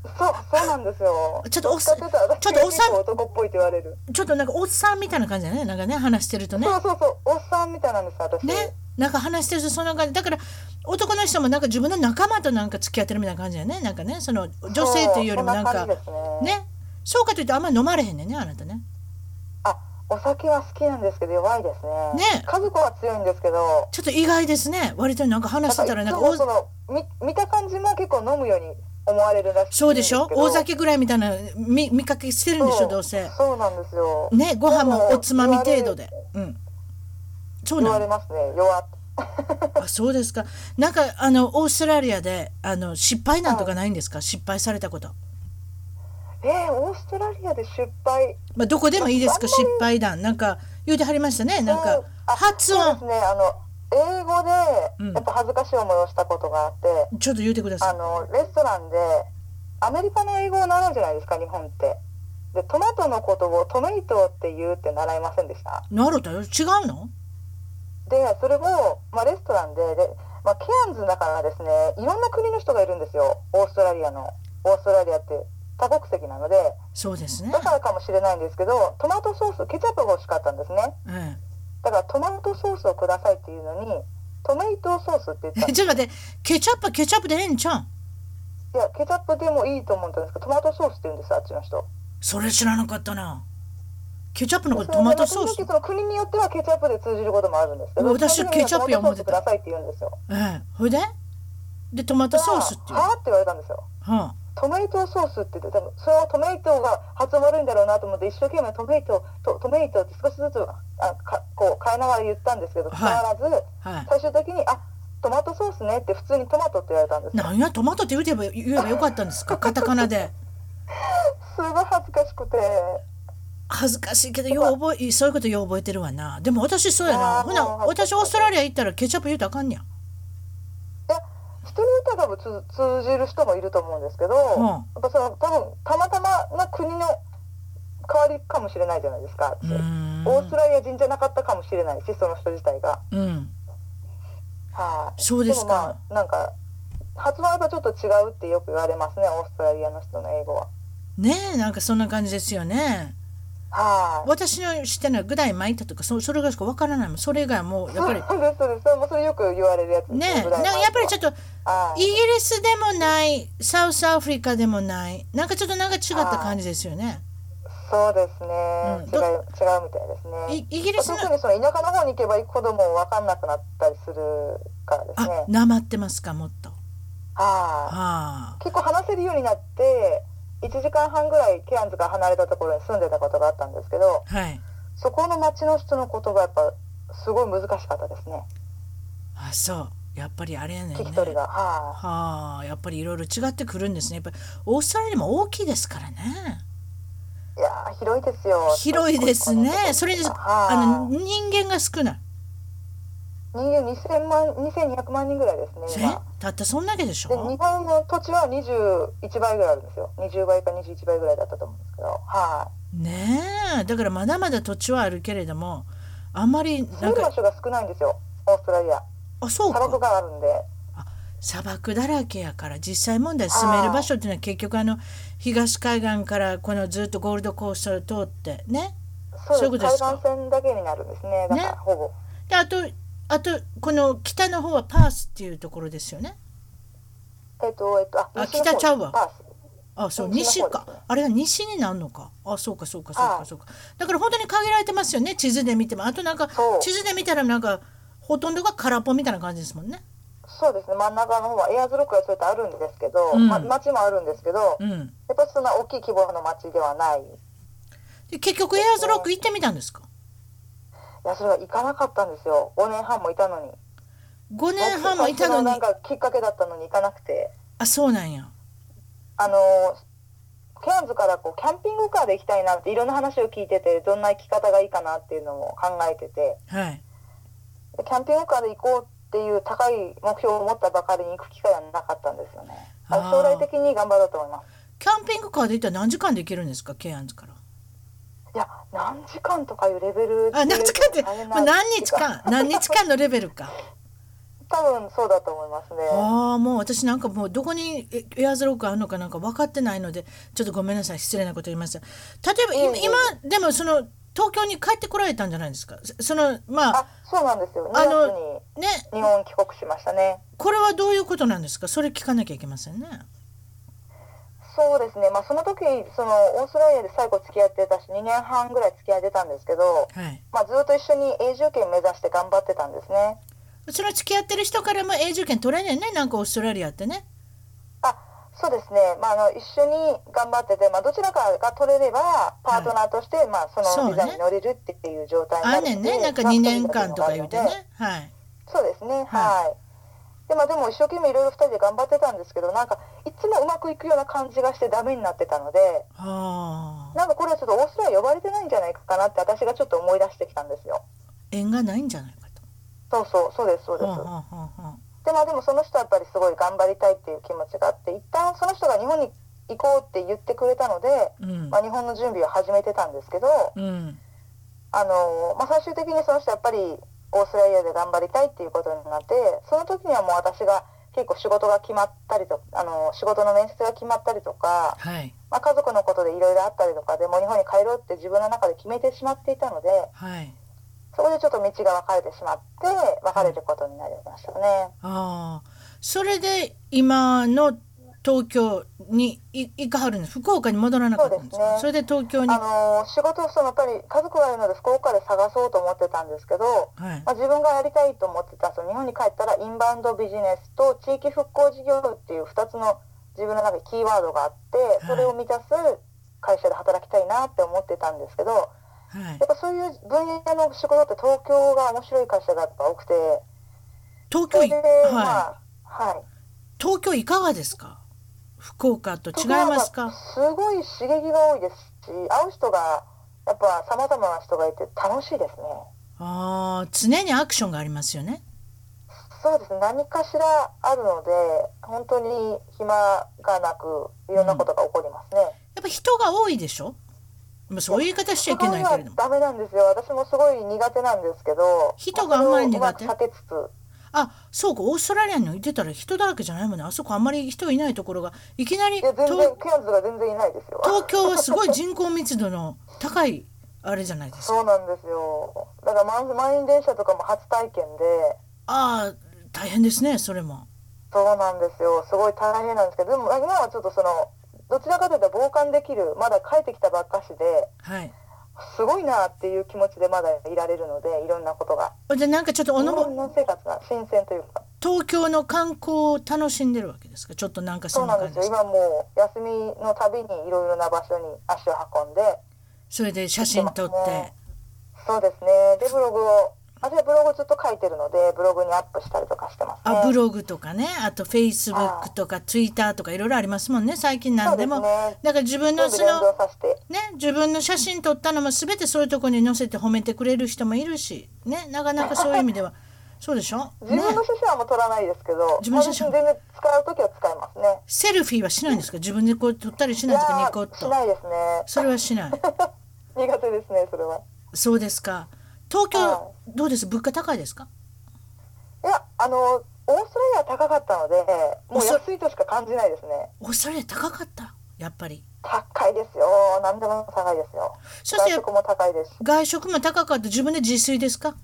Speaker 2: そう、そうなんですよ。
Speaker 1: ちょっとおっ
Speaker 2: 使
Speaker 1: さん
Speaker 2: ってた私
Speaker 1: ちょっとおっさん
Speaker 2: 結構男っぽいって言われる。
Speaker 1: ちょっとなんかおっさんみたいな感じだねなんかね話してるとね
Speaker 2: そうそうそう、おっさんみたいなんです、私。
Speaker 1: ねなんか話してるとそんな感じだから男の人もなんか自分の仲間となんか付き合ってるみたいな感じだよねなんかねその女性というよりもなん
Speaker 2: そ
Speaker 1: か
Speaker 2: んな感じですね
Speaker 1: ねそうかというとあんまり飲まれへんねんねあなたね
Speaker 2: あ、お酒は好きなんですけど弱いですね。
Speaker 1: ね
Speaker 2: 家族は強いんですけど、
Speaker 1: ちょっと意外ですね割となんか話してたらなんか
Speaker 2: やっぱいつ
Speaker 1: 大
Speaker 2: もその見見た感じも結構飲むように思われるらしいんですけ
Speaker 1: そ
Speaker 2: ど。
Speaker 1: うでしょ大酒ぐらいみたいな見見かけしてるんでし
Speaker 2: そ
Speaker 1: ょどうせ
Speaker 2: そうなんですよ。
Speaker 1: ねご飯
Speaker 2: で
Speaker 1: もおつまみ程度で
Speaker 2: 言わ
Speaker 1: う
Speaker 2: れ
Speaker 1: んそう
Speaker 2: 言
Speaker 1: な
Speaker 2: わ
Speaker 1: の
Speaker 2: れますね。弱っ。
Speaker 1: あそうですかなんかあのオーストラリアであの失敗なんとかないんですか失敗されたこと
Speaker 2: えー、オーストラリアで失敗。
Speaker 1: まあ、どこでもいいですか
Speaker 2: あんま
Speaker 1: 失
Speaker 2: り
Speaker 1: 敗談なんか言うてはりましたねなん
Speaker 2: う
Speaker 1: か
Speaker 2: あ
Speaker 1: 発
Speaker 2: そうで
Speaker 1: 音
Speaker 2: すね。あの英語
Speaker 1: うん
Speaker 2: でやっぱ恥ずかしい思いをしたことがあって、
Speaker 1: ちょっと言うてくだ
Speaker 2: あ
Speaker 1: さ
Speaker 2: のレストランでアメリカの英語を習うじゃないですか、日本って。でトマトのことをトメイトって言うって習いませんでした。
Speaker 1: いなるとよ違うの
Speaker 2: でそれを、まあ、レストランでで、まあ、ケアンズだからですねいろんな国の人がいるんですよオーストラリアのオーストラリアって多国籍なので
Speaker 1: そうですね
Speaker 2: だからかもしれないんですけどトマトソースケチャップが欲しかったんですね
Speaker 1: え
Speaker 2: だからトマトソースをくださいっていうのにトメイトソースって言ったん
Speaker 1: え
Speaker 2: です
Speaker 1: ちょっと待ってケチャップはケチャップでええんちゃうん
Speaker 2: いやケチャップでもいいと思ったんですけどトマトソースって言うんですあっちの人
Speaker 1: それ知らなかったなケチャップのことトマトソース
Speaker 2: でそれでまあ時々その国によってはケチャップで通じることもあるんですけど
Speaker 1: 私はケチャップや思ってた
Speaker 2: トマトソースくださいって言うんですよ
Speaker 1: ええほいででトマトソースっていう
Speaker 2: だからはあって言われたんですよ
Speaker 1: はあ
Speaker 2: トメイトソースって言って多分それはトメイトが発音悪いんだろうなと思って一生懸命トメイトとトメイトって少しずつあかこう変えながら言ったんですけど
Speaker 1: はい
Speaker 2: 伝わらず、
Speaker 1: はい
Speaker 2: 最終的に「あトマトソースね」って普通にトマトって言われたんですよ
Speaker 1: なんやトマトって言うてば言えばよかったんですかカタカナです
Speaker 2: ごい恥ずかしくて
Speaker 1: 恥ずかしいけどよう覚えそういうことよう覚えてるわなでも私そうやな
Speaker 2: あー
Speaker 1: ほな
Speaker 2: もう恥ずかし
Speaker 1: 私
Speaker 2: い
Speaker 1: オーストラリア行ったらケチャップ言うたらあかんねや
Speaker 2: いや人によっては多分通通じる人もいると思うんですけど、
Speaker 1: うん
Speaker 2: やっぱその多分たまたまな国の代わりかもしれないじゃないですか、
Speaker 1: うーん
Speaker 2: オーストラリア人じゃなかったかもしれないしその人自体が。
Speaker 1: うん
Speaker 2: はい、
Speaker 1: そうですか
Speaker 2: でもまあなんか発音がちょっと違うってよく言われますねオーストラリアの人の英語は。
Speaker 1: ねえなんかそんな感じですよね
Speaker 2: はい、
Speaker 1: 私の知ってるのはグダイ巻いたとかそそれぐらいしかわからないもんそれ以外はもうやっぱり
Speaker 2: そうですそうですそれもそれよく言われるやつです
Speaker 1: ねえ
Speaker 2: ブ
Speaker 1: な
Speaker 2: ラ
Speaker 1: ん
Speaker 2: イ
Speaker 1: か
Speaker 2: マン
Speaker 1: やっぱりちょっと
Speaker 2: は
Speaker 1: イ
Speaker 2: い
Speaker 1: ギリスでもないサウスアフリカでもないなんかちょっとなんか違った感じですよね
Speaker 2: そうです
Speaker 1: う
Speaker 2: ね、
Speaker 1: ん
Speaker 2: 違う違うみたいです
Speaker 1: い
Speaker 2: ね
Speaker 1: イギリスの
Speaker 2: 特にその田舎の方に行けば行くほどもう分かんなくなったりするからです
Speaker 1: あ
Speaker 2: ね
Speaker 1: なまってますかもっと
Speaker 2: は
Speaker 1: あ
Speaker 2: い結構話せるようになって1時間半ぐらいケアンズから離れたところに住んでたことがあったんですけど
Speaker 1: あはい
Speaker 2: そこの町の人の言葉やっぱすごい難しかったですね
Speaker 1: あそうやっぱりあれやねんね
Speaker 2: 聞き取りが、はい
Speaker 1: はあやっぱりいろいろ違ってくるんですねやっぱりオーストラリアも大きいですからね
Speaker 2: いやー広いですよ。
Speaker 1: 広いですね
Speaker 2: この
Speaker 1: それにあの
Speaker 2: はい
Speaker 1: 人間が少ない
Speaker 2: 人間2000万2200万人ぐらいです
Speaker 1: え
Speaker 2: ね。今
Speaker 1: たったそんだけでし
Speaker 2: で
Speaker 1: ょ
Speaker 2: 日本の土地は21倍ぐらいあるんですよ。20倍か21倍ぐらいだったと思うんですけど、は
Speaker 1: ねえだからまだまだ土地はあるけれどもあんまり
Speaker 2: い。
Speaker 1: な
Speaker 2: 住
Speaker 1: ん
Speaker 2: む場
Speaker 1: か
Speaker 2: 所が少ないんですよ。オーストラリア。
Speaker 1: あそう
Speaker 2: 砂漠
Speaker 1: か
Speaker 2: があるんで、
Speaker 1: 砂漠だらけやから実際問題住める場所っていうのは結局あの東海岸からこのずっとゴールドコーストを通ってね
Speaker 2: そう
Speaker 1: そういう
Speaker 2: で
Speaker 1: こ
Speaker 2: す。
Speaker 1: とですか
Speaker 2: 海岸線だけになるんですね。だから、
Speaker 1: ね
Speaker 2: ほぼ。
Speaker 1: であとあとこの北の方はパースっていうところですよね
Speaker 2: えっ、とえっ、とあ
Speaker 1: あ
Speaker 2: 西の方
Speaker 1: 北ちゃうわ
Speaker 2: パース
Speaker 1: あそう
Speaker 2: 西
Speaker 1: 西
Speaker 2: の方です
Speaker 1: か
Speaker 2: ね
Speaker 1: あれが西になるのかあそうかそうかそう
Speaker 2: は
Speaker 1: か
Speaker 2: い
Speaker 1: そうかだから本当に限られてますよね地図で見てもあとなんか
Speaker 2: そう
Speaker 1: 地図で見たらなんかほとんどが空っぽみたいな感じですもんね
Speaker 2: そうですね。真ん中の方はエアーズロックがそうやってあるんですけど、
Speaker 1: うん
Speaker 2: ま町もあるんですけど、
Speaker 1: う
Speaker 2: や
Speaker 1: ん
Speaker 2: っぱそんな大きい規模の町ではない。い
Speaker 1: で結局エアーズロック行ってみたんですか
Speaker 2: やそれが行かなかったんですよ。5年半もいたのに。
Speaker 1: 5年半もいたの
Speaker 2: な
Speaker 1: に
Speaker 2: んかきっかけだったのに行かなくて
Speaker 1: あそうなんや
Speaker 2: あのケアンズからこうキャンピングカーで行きたいなっていろんな話を聞いててどんな行き方がいいかなっていうのを考えてて
Speaker 1: はい
Speaker 2: でキャンピングカーで行こうっていう高い目標を持ったばかりに行く機会はなかったんですよね。
Speaker 1: あー
Speaker 2: 将来的に頑張ろうと思います。
Speaker 1: キャンピングカーで行ったら何時間で行けるんですかケアンズから
Speaker 2: いや、何時間とかいうレベル
Speaker 1: あ何時間って
Speaker 2: いうと大変
Speaker 1: も
Speaker 2: な
Speaker 1: う何日間何日間のレベルか
Speaker 2: 多分そうだと思いますね。
Speaker 1: ああもう私なんかもうどこにえエアーズロックあるのかなんか分かってないのでちょっとごめんなさい失礼なこと言いました例えば
Speaker 2: い
Speaker 1: い
Speaker 2: えいえ
Speaker 1: 今でもその東京に帰ってこられたんじゃないですかそそのまあ
Speaker 2: あ、そうなんですよ。2
Speaker 1: あ
Speaker 2: 月
Speaker 1: の
Speaker 2: に
Speaker 1: ね
Speaker 2: 日本帰国しましたね。
Speaker 1: これはどういうことなんですかそれ聞かなきゃいけませんね
Speaker 2: そうですね。まあその時そのオーストラリアで最後付き合ってたし、2年半ぐらい付き合ってたんですけど、
Speaker 1: はい
Speaker 2: まあずっと一緒に永住権目指して頑張ってたんですね。
Speaker 1: その付き合ってる人からも永住権取れねえねなんかオーストラリアってね
Speaker 2: あそうですね、まあ、あの一緒に頑張ってて、まあ、どちらかが取れればパートナーとして、まあ、そ
Speaker 1: そう
Speaker 2: の
Speaker 1: ね
Speaker 2: ビザに乗れるっていう状態にな
Speaker 1: あ
Speaker 2: る
Speaker 1: んね
Speaker 2: ので
Speaker 1: んねなんか
Speaker 2: まあ
Speaker 1: 2年間とか言うて
Speaker 2: そういうのがある
Speaker 1: ねは
Speaker 2: ので
Speaker 1: い
Speaker 2: そうですねはい、でまあ、でも一生懸命いろいろ2人で頑張ってたんですけどなんかいつもうまくいくような感じがしてダメになってたので
Speaker 1: ああ
Speaker 2: なんかこれはちょっとオーストラリア呼ばれてないんじゃないかなって私がちょっと思い出してきたんですよ
Speaker 1: 縁がないんじゃないかと
Speaker 2: そうそうそうですそうです、
Speaker 1: ほうほうほうほう
Speaker 2: でまあでもその人はやっぱりすごい頑張りたいっていう気持ちがあって一旦その人が日本に行こうって言ってくれたので、
Speaker 1: うん
Speaker 2: まあ、日本の準備を始めてたんですけど、
Speaker 1: うん
Speaker 2: あのまあ、最終的にその人やっぱりオーストラリアで頑張りたいっていうことになってその時にはもう私が結構仕事が決まったりとあの仕事の面接が決まったりとか、
Speaker 1: はい
Speaker 2: まあ、家族のことでいろいろあったりとかでもう日本に帰ろうって自分の中で決めてしまっていたので
Speaker 1: はい
Speaker 2: そこでちょっと道が分かれてしまって別れることになりましたね。
Speaker 1: ああそれで今の東京にい行かはるんです福岡に戻らなかったんですかそ
Speaker 2: そうですね
Speaker 1: れで東京に
Speaker 2: あ
Speaker 1: は
Speaker 2: の仕事をそのやっぱり家族がいるので福岡で探そうと思ってたんですけど、
Speaker 1: い
Speaker 2: まあ、自分がやりたいと思ってたその日本に帰ったらインバウンドビジネスと地域復興事業っていう2つの自分の中でキーワードがあって
Speaker 1: い
Speaker 2: それを満たす会社で働きたいなって思ってたんですけどや
Speaker 1: はい
Speaker 2: っぱそういう分野の仕事って東京が面白い会社がやっぱ多くて
Speaker 1: 東
Speaker 2: そ
Speaker 1: 京
Speaker 2: れ
Speaker 1: い
Speaker 2: で
Speaker 1: は
Speaker 2: まあはい
Speaker 1: い東京いかがですか福岡と違います
Speaker 2: 東京は
Speaker 1: か
Speaker 2: やっぱすごい刺激が多いですし会う人がやっぱ様々な人がいて楽しいですね
Speaker 1: ああ常にアクションがありますよね
Speaker 2: そうですね何かしらあるので本当に暇がなくいろんなことが起こりますね、
Speaker 1: やっぱ人が多いでしょまあそういう言い方しちゃいけないけれども
Speaker 2: ダメなんですよ私もすごい苦手なんですけど
Speaker 1: 人があんまり苦手
Speaker 2: まあそれをうまく避けつつ
Speaker 1: あそうかオーストラリアにいてたら人だらけじゃないもんねあそこあんまり人いないところがいきなり
Speaker 2: いや全然
Speaker 1: 東
Speaker 2: ケアンズが全然いないですよ
Speaker 1: 東京はすごい人口密度の高いあれじゃないですか
Speaker 2: そうなんですよだから満満員電車とかも初体験で
Speaker 1: ああ大変ですねそれも
Speaker 2: そうなんですよすごい大変なんですけどでも今はちょっとそのどちらかというと傍観できるまだ帰ってきたばっかしで
Speaker 1: はい
Speaker 2: すごいなっていう気持ちでまだいられるのでいろんなことが
Speaker 1: でなんかちょっとお
Speaker 2: 日
Speaker 1: のぼ
Speaker 2: 本の生活が新鮮というか
Speaker 1: 東京の観光を楽しんでるわけですかちょっとなんか
Speaker 2: そ
Speaker 1: そん
Speaker 2: う
Speaker 1: な
Speaker 2: なんで
Speaker 1: 感
Speaker 2: す
Speaker 1: じ
Speaker 2: よ
Speaker 1: ですか
Speaker 2: 今もう休みのたびにいろいろな場所に足を運んで
Speaker 1: それで写真撮っ
Speaker 2: そう
Speaker 1: て
Speaker 2: ねそうですねでブログを私はブログずっと書いてるのでブログにアップしたりとかしてますね
Speaker 1: あブログとかねあとフェイスブックとかツイッターとかいろいろありますもんね最近何でも
Speaker 2: そうですね
Speaker 1: だから自分
Speaker 2: 全
Speaker 1: の
Speaker 2: 部
Speaker 1: そ
Speaker 2: 連
Speaker 1: の
Speaker 2: 動させて
Speaker 1: ね自分の写真撮ったのも全てそういうとこに載せて褒めてくれる人もいるしねなかなかそういう意味ではそうでしょ
Speaker 2: 自
Speaker 1: ね
Speaker 2: 分の写真はもう撮らないですけど、
Speaker 1: 自分の写真
Speaker 2: まあ全然使う時は使いますね
Speaker 1: セルフィーはしないんですか自分でこう撮ったりし
Speaker 2: い
Speaker 1: ない
Speaker 2: や
Speaker 1: んですかニコッ
Speaker 2: ーし
Speaker 1: と
Speaker 2: ないですね
Speaker 1: それはしない
Speaker 2: 苦手ですねそれは
Speaker 1: そうですか。東
Speaker 2: は
Speaker 1: 京どうです物価高いですか。
Speaker 2: いやあのオーストラリアは高かったのでもう安いとしか感じないですね
Speaker 1: オーストラリア高かったやっぱり。
Speaker 2: 高いですよ何でも高いですよ
Speaker 1: そして
Speaker 2: 外食も高いですし
Speaker 1: 外食も高かった自分で自炊ですか。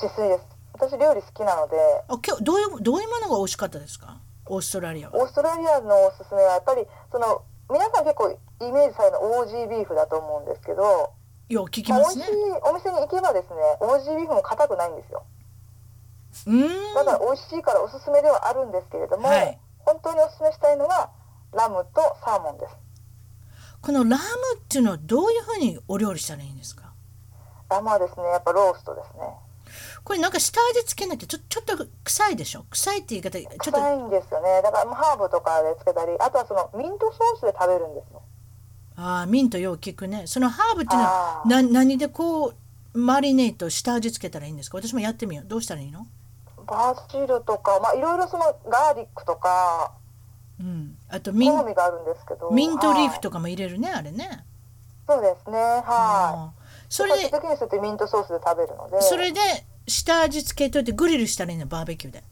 Speaker 2: 自炊です私料理好きなので
Speaker 1: あ今日どういうどういうものが美味しかったですかオーストラリアは。
Speaker 2: オーストラリアのおすすめはやっぱりその皆さん結構イメージされるのはオージービーフだと思うんですけど、
Speaker 1: よう聞き
Speaker 2: まあ
Speaker 1: ま
Speaker 2: 美
Speaker 1: す
Speaker 2: 味
Speaker 1: ね
Speaker 2: しい。お店に行けばですねオージービーフも硬くないんですよ
Speaker 1: うーん。
Speaker 2: だから美味しいからおすすめではあるんですけれども、
Speaker 1: はい
Speaker 2: 本当におすすめしたいのはラムとサーモンです
Speaker 1: このラムっていうのはどういうふうにお料理したらいいんですか。
Speaker 2: ラムはですねやっぱローストですね
Speaker 1: これなんか下味つけなきゃちょちょっと臭いでしょ臭いって言い方ちょっと
Speaker 2: 臭いんですよねだからまあハーブとかでつけたりあとはそのミントソースで食べるんですよ
Speaker 1: ああミントよう聞くねそのハーブっていうのは
Speaker 2: あー
Speaker 1: な何でこうマリネート下味つけたらいいんですか私もやってみようどうしたらいいの
Speaker 2: バジルとか、まあ、いろいろそのガーリックとか
Speaker 1: うんあとミン
Speaker 2: 好みがあるんですけど
Speaker 1: ミントリー
Speaker 2: は
Speaker 1: フ
Speaker 2: い
Speaker 1: とかも入れるねあれね
Speaker 2: そうですね
Speaker 1: あ
Speaker 2: は
Speaker 1: ー
Speaker 2: い
Speaker 1: それで
Speaker 2: 最終的にそうやってミントソースで食べるので
Speaker 1: それで下味つけといてグリルしたらいいのバーベキューで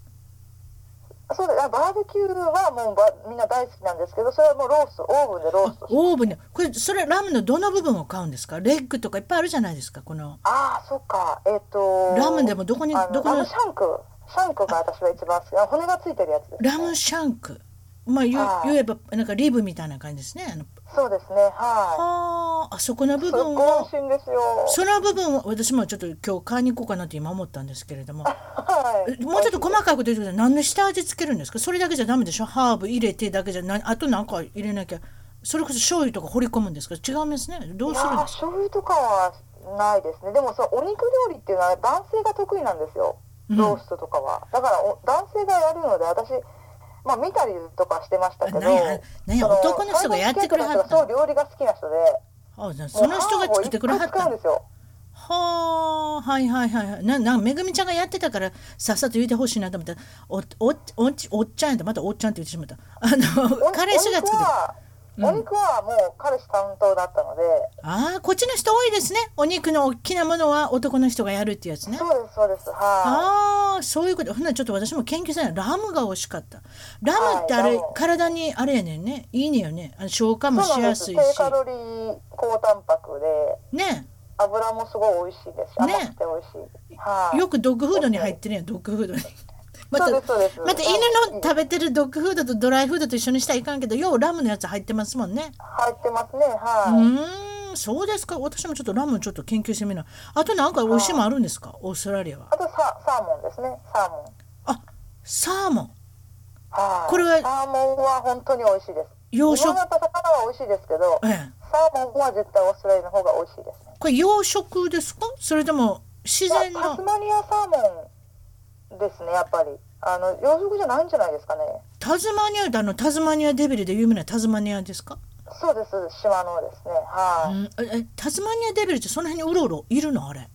Speaker 2: そうだあバーベキューはもうばみんな大好きなんですけどそれはもうロースオーブンでロー
Speaker 1: あ
Speaker 2: ストして
Speaker 1: オーブンでこれそれラムのどの部分を買うんですかレッグとかいっぱいあるじゃないですかこの
Speaker 2: ああそっかえっ、と
Speaker 1: ラムでもどこに
Speaker 2: あの
Speaker 1: どこの
Speaker 2: ラムシャンクシャンクが私は一番好きあ骨がついてるやつです、ね、
Speaker 1: ラムシャンクまあ言う
Speaker 2: はい
Speaker 1: 言えばなんかリブみたいな感じですねあの
Speaker 2: そうですねは
Speaker 1: あーあそこの
Speaker 2: い
Speaker 1: 部
Speaker 2: すっ
Speaker 1: 分
Speaker 2: ごい美
Speaker 1: を
Speaker 2: 味しいんですよ
Speaker 1: その部分を私もちょっと今日買いに行こうかなって今思ったんですけれども
Speaker 2: はい
Speaker 1: えもうちょっと細かく出てください何の下味つけるんですかそれだけじゃダメでしょハーブ入れてだけじゃなあとなんか入れなきゃそれこそ醤油とか掘り込むんですか違うんですねどう
Speaker 2: い
Speaker 1: す
Speaker 2: や
Speaker 1: るん
Speaker 2: ー
Speaker 1: ですか
Speaker 2: 醤油とかはないですねでもそのお肉料理っていうのは男性が得意なんですよ
Speaker 1: うん
Speaker 2: ローストとかは、だからお男性がやるので私まあ見たりとかしてましたけど
Speaker 1: 何や何や
Speaker 2: その
Speaker 1: 男の人がやってくれはった
Speaker 2: そう料理が好きな人で
Speaker 1: あじゃあその人が作ってくれはっ
Speaker 2: もうハ
Speaker 1: た
Speaker 2: ーブをいぱい使うんですよ
Speaker 1: はあはいはいはいはいななんかめぐみちゃんがやってたからさっさと言ってほしいなと思ったらおおおっちおっちゃんやったまたおっちゃんって言ってしまったあの
Speaker 2: お
Speaker 1: 彼氏が作って
Speaker 2: お肉は、お肉はもう彼氏担当だったので
Speaker 1: ああこっちの人多いですねお肉の大きなものは男の人がやるってやつね
Speaker 2: そうですそうですは
Speaker 1: ああそういうことほんならちょっと私も研究せないラムが美味しかったラムってあれ、
Speaker 2: はいラム
Speaker 1: 体にあれやねんねいいねよねあの消化
Speaker 2: い
Speaker 1: も
Speaker 2: そ
Speaker 1: し
Speaker 2: うなん
Speaker 1: や
Speaker 2: です
Speaker 1: すいし
Speaker 2: 低カロリー高タンパクで
Speaker 1: ね
Speaker 2: 油もすごい美味しいですし
Speaker 1: ね
Speaker 2: 甘くて美味しい、はい
Speaker 1: よくドッグフードに入ってるやんドッグフードに また
Speaker 2: そう
Speaker 1: ま
Speaker 2: ですそうです
Speaker 1: た犬の食べてるドッグフードとドライフードと一緒にしたらいかんけどようラムのやつ入ってますもんね
Speaker 2: 入ってますね
Speaker 1: う
Speaker 2: はい、
Speaker 1: ーんそうですか私もちょっとラムちょっと研究してみなあとなんか美味しいもんあるんですかオーストラリアは
Speaker 2: あとササーモンですねサーモン
Speaker 1: あサーモン
Speaker 2: はい
Speaker 1: これは
Speaker 2: サーモンは本当に美味しいです
Speaker 1: 洋食
Speaker 2: いろんな魚は美味しいですけど
Speaker 1: ええ
Speaker 2: サーモンは絶対オーストラリアの方が美味しいですね
Speaker 1: これ養殖ですかそれとも自然
Speaker 2: いやタス
Speaker 1: の
Speaker 2: マニアサーモンですねやっぱりあの養殖じゃないんじゃないですかね
Speaker 1: タズマニアだあのタズマニアデビルで有名なタズマニアですか、
Speaker 2: そうです島のです
Speaker 1: う
Speaker 2: ねはい、
Speaker 1: ん、ええタズマニアデビルってその辺にうろうろいるのあれ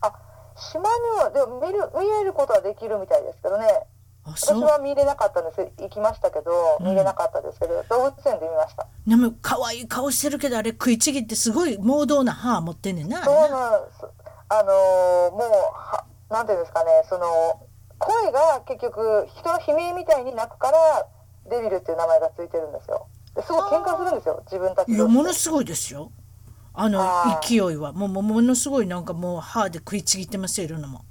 Speaker 2: あ島にはでも見る見れることはできるみたいですけどね
Speaker 1: あ
Speaker 2: 私
Speaker 1: そう
Speaker 2: は見れなかったんです行きましたけど見れなかったですけど、動物園で見ました
Speaker 1: でも可愛い顔してるけどあれ食いちぎってすごい猛動な歯持ってんねんな
Speaker 2: そうなんです。あのーもうは、なんていうんですかね、その、声が結局、人の悲鳴みたいに鳴くから、デビルっていう名前がついてるんですよ。ですごい喧嘩するんですよ、自分たち
Speaker 1: いやもの
Speaker 2: 同士
Speaker 1: すごいですよあの
Speaker 2: あー
Speaker 1: 勢いはもうもうものすごいなんかもう歯で食いちぎってますよいろんなもん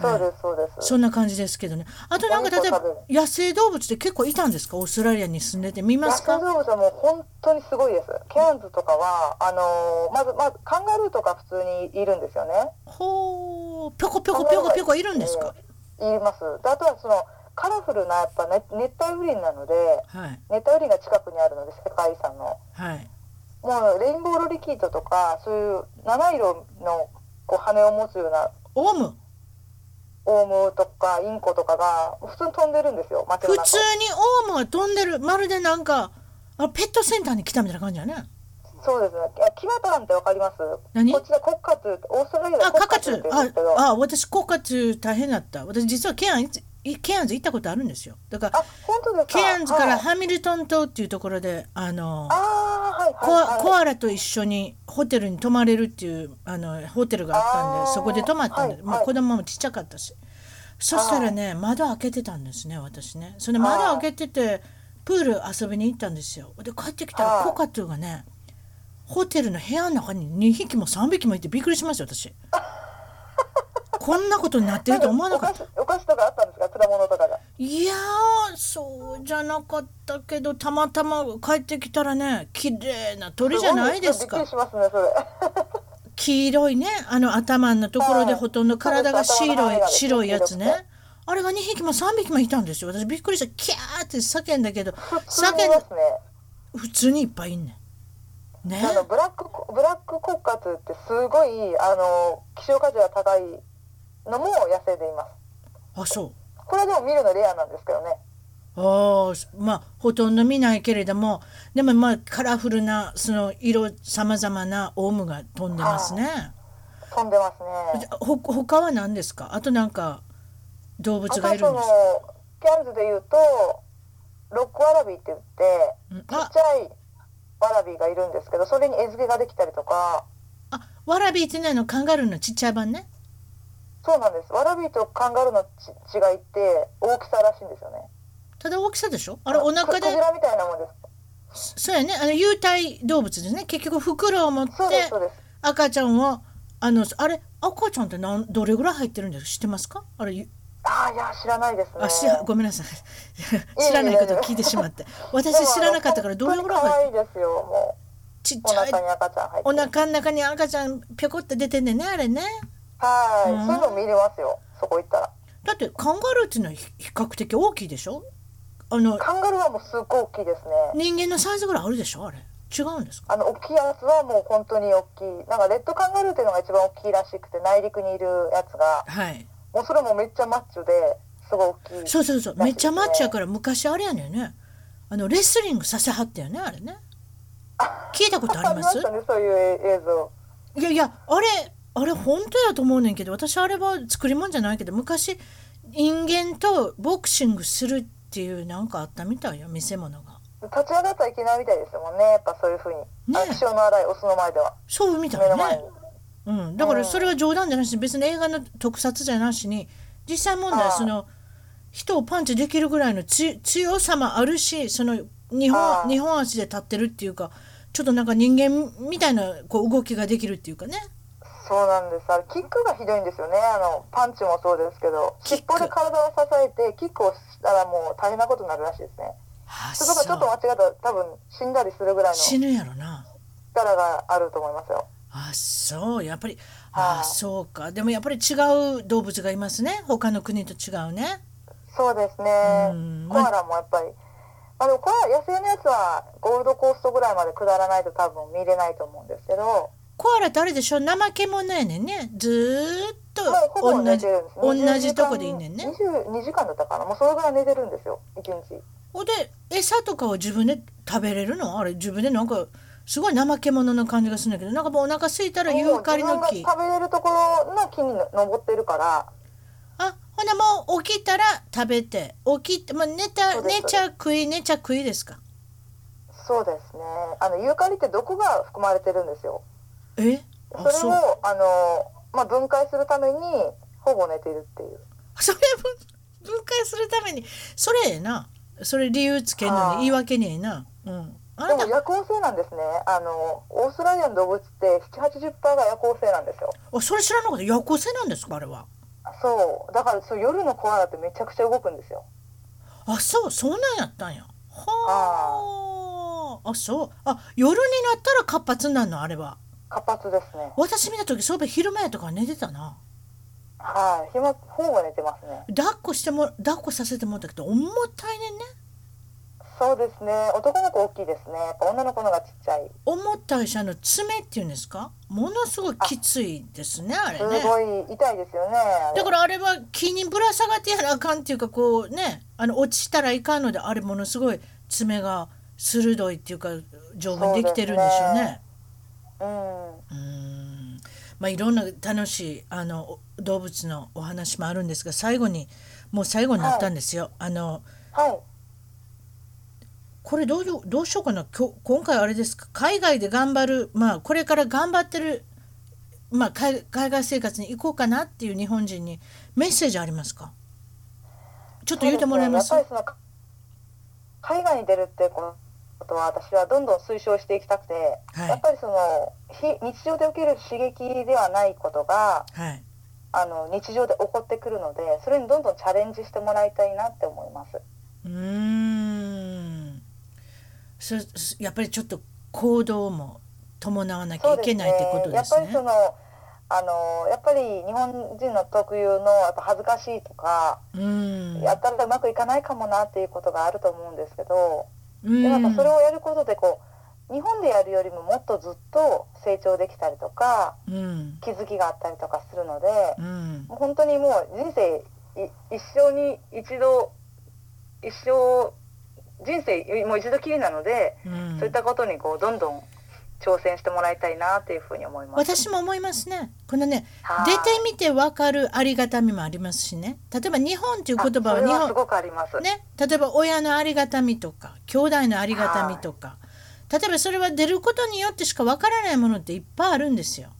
Speaker 2: そうです、そうです。
Speaker 1: そんな感じですけどねあとなんか例えば
Speaker 2: 何個食
Speaker 1: 野生動物って結構いたんですかオーストラリアに住んでて見ま
Speaker 2: 野
Speaker 1: すか
Speaker 2: 生動物はもう本当にすごいです。ケアンズとかは、あのーまず、まず、カンガルーとか普通にいるんですよね。
Speaker 1: ほうぴょこぴょこぴょこぴょこいるんですか、
Speaker 2: えーいます。であとは、その、カラフルな、やっぱ、ね、熱帯雨林なので、
Speaker 1: はい
Speaker 2: 熱帯雨林が近くにあるので、世界遺産の。
Speaker 1: はい
Speaker 2: もうレインボーロリキードとかそういう七色のこう羽を持つような
Speaker 1: オウム
Speaker 2: オウムとかインコとかが普通に飛んでるんですよ街
Speaker 1: 普
Speaker 2: の
Speaker 1: 通に
Speaker 2: 中
Speaker 1: オウムが飛んでるまるでなんかあペットセンターに来たみたいな感じやね
Speaker 2: そうですねあキバタンってわかります
Speaker 1: 何
Speaker 2: こっちでコッカツオーストラリアで
Speaker 1: あ
Speaker 2: コ
Speaker 1: カ
Speaker 2: ッカ
Speaker 1: カ
Speaker 2: ツっ
Speaker 1: ツ
Speaker 2: て言うんですけどあ
Speaker 1: ああ私コカツ大変だった私実はケアンズいケアンズ行ったことあるんですよだから
Speaker 2: 本当ですか
Speaker 1: ケアンズか
Speaker 2: は
Speaker 1: ら
Speaker 2: い
Speaker 1: ハミルトン島っていうところであの
Speaker 2: あーはい
Speaker 1: コ
Speaker 2: はい
Speaker 1: ア
Speaker 2: はい
Speaker 1: コアラと一緒にホテルに泊まれるっていうあのホテルがあったんで
Speaker 2: あー
Speaker 1: そこで泊まったんで、
Speaker 2: はい
Speaker 1: まあ、
Speaker 2: はい
Speaker 1: 子供もちっちゃかったしそしたらね窓開けてたんですね私ねその窓開けててプール遊びに行ったんですよで帰ってきたら
Speaker 2: はい
Speaker 1: コカトゥーがねホテルの部屋の中に2匹も3匹もいてびっくりしましたよ 私こんなことになってると思わなかった
Speaker 2: んお菓子お菓子とかあったんですか果物とかが
Speaker 1: いやーそうじゃなかったけどたまたま帰ってきたらね綺麗な鳥じゃないですか
Speaker 2: ごいびっくりしますねそれ
Speaker 1: 黄色いねあの頭のところで
Speaker 2: はい
Speaker 1: ほとんど体が白い
Speaker 2: 頭の中が
Speaker 1: 白いやつ
Speaker 2: 黄色く
Speaker 1: ねあれが2匹も3匹もいたんですよ私びっくりしたキャーって叫んだけど
Speaker 2: 普通
Speaker 1: 叫
Speaker 2: にい
Speaker 1: ん
Speaker 2: ま
Speaker 1: だ
Speaker 2: すね
Speaker 1: 普通にいっぱいいんねんね
Speaker 2: あのブラックコブラックコッカツってすごいあの希少価値が高いのも野生でいます
Speaker 1: あそう
Speaker 2: これはでも見るのレアなんですけどね
Speaker 1: ああまあほとんど見ないけれどもでもまあカラフルなその色さまざまなオウムが飛んでますね
Speaker 2: 飛んでますね。
Speaker 1: ほ他は何ですかあとなんか動物
Speaker 2: あと
Speaker 1: が
Speaker 2: はい
Speaker 1: る
Speaker 2: そ
Speaker 1: んで
Speaker 2: の
Speaker 1: すか
Speaker 2: キャンズで言うとロックワラビーって言って
Speaker 1: うん
Speaker 2: ちっ
Speaker 1: あ
Speaker 2: ちゃいワラビーがいるんですけどそれに餌付けができたりとか
Speaker 1: あワラビーっていうのはあのカンガルーのちっちゃい版ね
Speaker 2: そうなんですワラビーとカンガルーのち違いって大きさらしいんですよね
Speaker 1: ただ大きさでしょあれお腹
Speaker 2: ククジ
Speaker 1: で
Speaker 2: ラみたいなもんです
Speaker 1: そうやねあの有袋動物ですね結局袋を持って
Speaker 2: そうですそうです
Speaker 1: 赤ちゃんをあのあれ赤ちゃんってなんどれぐらい入ってるんですか知ってますかあれゆ
Speaker 2: ああいや知らないですね
Speaker 1: あしごめんなさい
Speaker 2: いえいえ
Speaker 1: 知らないことを聞いてしまって私知らなかったからどれぐらい入って
Speaker 2: って可愛いですよも
Speaker 1: ちっ
Speaker 2: うお
Speaker 1: ちゃい
Speaker 2: 腹に赤ちゃん入って
Speaker 1: お腹の中に赤ちゃんぴょこって出てんねんねあれね
Speaker 2: はい、
Speaker 1: うん
Speaker 2: そういうの見れますよそこ行ったら
Speaker 1: だってカンガルーっていうのはひ比較的大きいでしょあの
Speaker 2: カンガルーはもうすっごい大きいですね
Speaker 1: 人間のサイズぐらいあるでしょあれ違うんですか
Speaker 2: あの大きいやつはもう本当に大きいなんかレッドカンガルーっていうのが一番大きいらしくて内陸にいるやつが
Speaker 1: はい
Speaker 2: もうそれもめっちゃマッチョですごい大きい
Speaker 1: そうそうそうめっちゃマッチやから昔あれやねんねあのレスリングさせはったよねあれね聞いたことあります
Speaker 2: ありましたねそういう映像
Speaker 1: いやいやあれあれ本当やと思うねんけど私あれは作り物じゃないけど昔人間とボクシングするっていうなんかあったみたいよ見せ物が
Speaker 2: 立ち上がったらいけないみたいですもんねやっぱそういうふうに、
Speaker 1: ね
Speaker 2: アクションの荒いオスの前では
Speaker 1: そうみた
Speaker 2: 目
Speaker 1: い
Speaker 2: の
Speaker 1: ね
Speaker 2: 前に、
Speaker 1: うん、だからそれは冗談じゃなしに別に映画の特撮じゃなしに実際問題
Speaker 2: はい
Speaker 1: その人をパンチできるぐらいのつ強さもあるしその日
Speaker 2: は
Speaker 1: 本
Speaker 2: い
Speaker 1: 日本足で立ってるっていうかちょっとなんか人間みたいなこう動きができるっていうかね
Speaker 2: そうなんですあれキックがひどいんですよねあのパンチもそうですけど
Speaker 1: キッ
Speaker 2: 尻
Speaker 1: ク
Speaker 2: 尾で体を支えてキックをしたらもう大変なことになるらしいですね
Speaker 1: あ
Speaker 2: それからちょっと
Speaker 1: そう
Speaker 2: 間違ったら多分死んだりするぐらいの
Speaker 1: 死ぬやろな
Speaker 2: 力があると思いますよ
Speaker 1: あそうやっぱり
Speaker 2: は
Speaker 1: あ
Speaker 2: い
Speaker 1: そうかでもやっぱり違う動物がいますね他の国と違うね
Speaker 2: そうですね
Speaker 1: うん。
Speaker 2: コアラもやっぱり。まあでもコアラ、野生のやつはゴールドコーストぐらいまで下らないと多分見れないと思うんですけど、
Speaker 1: コアラってあれでしょ怠け者やねんねずーっと
Speaker 2: まあほぼ
Speaker 1: 同
Speaker 2: 寝
Speaker 1: じ
Speaker 2: てるんです
Speaker 1: 同
Speaker 2: ね。
Speaker 1: じとこでいいねんね
Speaker 2: 22時間だったかな。もうそれぐらい寝てるんですよ、一日。
Speaker 1: ほんで餌とかは自分で食べれるのあれ自分でなんかすごい怠け者の感じがするんだけどなんかもうお腹空いたらユーカリの
Speaker 2: もう
Speaker 1: 木
Speaker 2: 自分が食べれるところの木に登ってるから、
Speaker 1: あほなもう起きたら食べて起きて、まあ、寝た
Speaker 2: そうです
Speaker 1: 寝ちゃ食い寝ちゃ食いですか
Speaker 2: そうですね。あの、ユーカリって毒が含まれてるんですよ。
Speaker 1: え
Speaker 2: そ
Speaker 1: あ
Speaker 2: れを、
Speaker 1: そう
Speaker 2: あの、まあ、分解するために、ほぼ寝てるっていう。
Speaker 1: それ分分解するためにそれええなそれ理由つけんの
Speaker 2: あ
Speaker 1: に
Speaker 2: ー
Speaker 1: 言い訳にええなうんあ
Speaker 2: で
Speaker 1: な
Speaker 2: も
Speaker 1: た
Speaker 2: 夜行性なんですね。あのオーストラリアの動物って7、80%が夜行性なんですよ。
Speaker 1: あそれ知らなかった夜行性なんですかあれは
Speaker 2: そう。だからそう夜のコアラってめちゃくちゃ動くんですよ。
Speaker 1: あそうそうなんやったんやはああそうあ夜になったら活発になるのあれは
Speaker 2: 活発ですね。
Speaker 1: 私見た時そういえば昼前とか寝てたな
Speaker 2: はい。暇ほぼ寝てますね。
Speaker 1: 抱っこしても抱っこさせてもらったけど重たいねんね
Speaker 2: そうですね。男の子大きいですね。やっぱ女の子の方がちっちゃい。
Speaker 1: 重たいしあの爪っていうんですかものすごいきついですねあれ
Speaker 2: す
Speaker 1: ね
Speaker 2: ごい痛いですよね。あれ
Speaker 1: だからあれは木にぶら下がってやらあかんっていうかこうねあの落ちたらいかんのであれものすごい爪が鋭いっていうか丈夫にできてるんでしょうね。
Speaker 2: うん。
Speaker 1: うーんまあ、いろんな楽しいあのお動物のお話もあるんですが最後にもう最後になったんですよ。あの
Speaker 2: はい。
Speaker 1: これどうどうしようかな今日今回あれですか海外で頑張る、まあ、これから頑張ってる、まあ、海海外生活に行こうかなっていう日本人にメッセージありますかちょっと言ってもらえます
Speaker 2: そうですねやっぱりその海外に出るってことは私はどんどん推奨していきたくて、
Speaker 1: はい
Speaker 2: やっぱりその非日常で受ける刺激ではないことが
Speaker 1: はい、
Speaker 2: あの日常で起こってくるのでそれにどんどんチャレンジしてもらいたいなって思います。
Speaker 1: うーんそそやっぱりちょっと行動も伴わなきゃいけないってことです
Speaker 2: やっぱりそ
Speaker 1: ね。
Speaker 2: のあのやっぱり日本人の特有のやっぱ恥ずかしいとか、
Speaker 1: うん
Speaker 2: やったらうまくいかないかもなっていうことがあると思うんですけど、
Speaker 1: うん
Speaker 2: でなんかそれをやることでこう日本でやるよりももっとずっと成長できたりとか
Speaker 1: うん
Speaker 2: 気づきがあったりとかするので、
Speaker 1: うん
Speaker 2: もう本当にもう人生い一生に一度一生人生もう一度きりなので、
Speaker 1: うん
Speaker 2: そういったことにこうどんどん挑戦してもらいたいなというふうに思います。
Speaker 1: 私も思いますね。このね、
Speaker 2: はい
Speaker 1: 出てみてわかるありがたみもありますしね。例えば日本という言葉
Speaker 2: あ
Speaker 1: は
Speaker 2: そ
Speaker 1: 日
Speaker 2: れはす
Speaker 1: 本
Speaker 2: ごくあります。
Speaker 1: ね、例えば親のありがたみとか、兄弟のありがたみとか、例えばそれは出ることによってしかわからないものっていっぱいあるんですよ。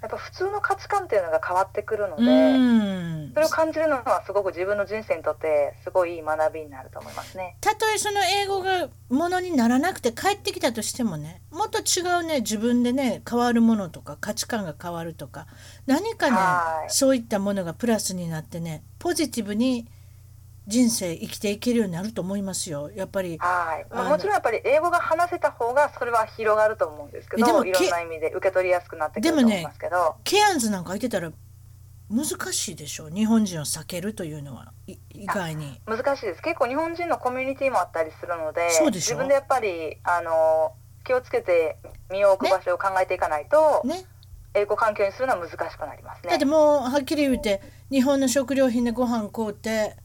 Speaker 2: やっぱ普通の価値観っていうのが変わってくるの
Speaker 1: う
Speaker 2: で、
Speaker 1: ん。
Speaker 2: それを感じるのはすごく自分の人生にとってすごいいい学びになると思いますね。
Speaker 1: たとえその英語がものにならなくて帰ってきたとしてもねもっと違うね自分でね変わるものとか価値観が変わるとか何かね
Speaker 2: はい
Speaker 1: そういったものがプラスになってねポジティブに人生生きていけるようになると思いますよやっぱり。
Speaker 2: はい。
Speaker 1: あ
Speaker 2: まあ、
Speaker 1: の
Speaker 2: もちろんやっぱり英語が話せた方がそれは広がると思うんですけ
Speaker 1: えでも
Speaker 2: ど、
Speaker 1: け
Speaker 2: いろんな意味で受け取りやすくなってくると
Speaker 1: でも
Speaker 2: 思
Speaker 1: ね
Speaker 2: いますけど、
Speaker 1: ケアンズなんか行ってたら難しいでしょ日本人を避けるというのはい意外に。
Speaker 2: 難しいです。結構日本人のコミュニティもあったりするので、
Speaker 1: そうでしょ
Speaker 2: 自分でやっぱりあの気をつけて身を置く場所を考えていかないと、
Speaker 1: ね、
Speaker 2: 英語環境にするのは難しくなります
Speaker 1: だって
Speaker 2: ね。
Speaker 1: もうはっきり言って日本の食料品でご飯買うて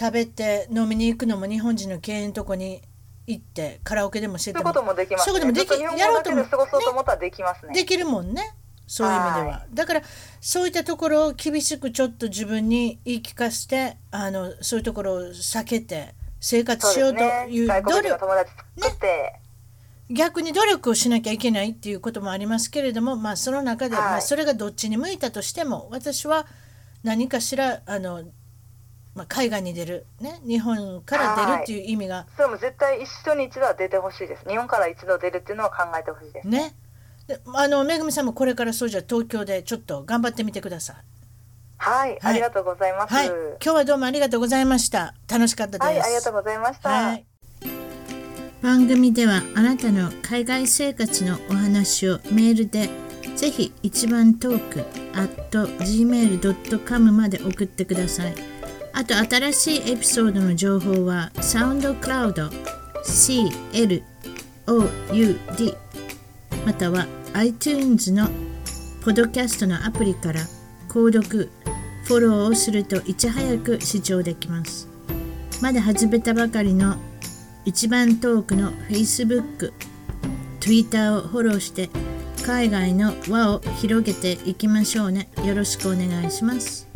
Speaker 1: 食べて飲みに行くのも日本人の経営のとこに行ってカラオケでもして
Speaker 2: そ
Speaker 1: て
Speaker 2: ういうこ
Speaker 1: も
Speaker 2: ともできます、
Speaker 1: そうい
Speaker 2: ね。
Speaker 1: うこともでき
Speaker 2: ずっと日本
Speaker 1: やろ
Speaker 2: 語
Speaker 1: うと
Speaker 2: だけ
Speaker 1: 思う
Speaker 2: で過ごそうと思ったらできますね。
Speaker 1: できるもんねそういう意味では、
Speaker 2: は
Speaker 1: だからそういったところを厳しくちょっと自分に言い聞かせてあのそういうところを避けて生活しようという
Speaker 2: 外
Speaker 1: 努
Speaker 2: 国人の
Speaker 1: 力
Speaker 2: 友達作って、
Speaker 1: 逆に努力をしなきゃいけないっていうこともありますけれども、まあ、その中で、
Speaker 2: はい
Speaker 1: まあ、それがどっちに向いたとしても私は何かしらあの、まあ、海外に出る、ね、日本から出るっていう意味が
Speaker 2: それも絶対一緒に一度は出てほしいです。日本から一度出るっていうのは考えてほしいです。
Speaker 1: ねであのめぐみさんもこれからそうじゃ東京でちょっと頑張ってみてください。
Speaker 2: はい、ありがとうございます。
Speaker 1: はい、今日はどうもありがとうございました。楽しかったです。
Speaker 2: はい、ありがとうございました。
Speaker 1: はい番組ではあなたの海外生活のお話をメールでぜひ一番トーク at gmail.com まで送ってくださいあと新しいエピソードの情報はサウンドクラウド CLOUD または iTunes のポッドキャストのアプリから購読フォローをするといち早く視聴できますまだ始めたばかりの一番トークの Facebook、Twitter をフォローして海外の輪を広げていきましょうね。よろしくお願いします。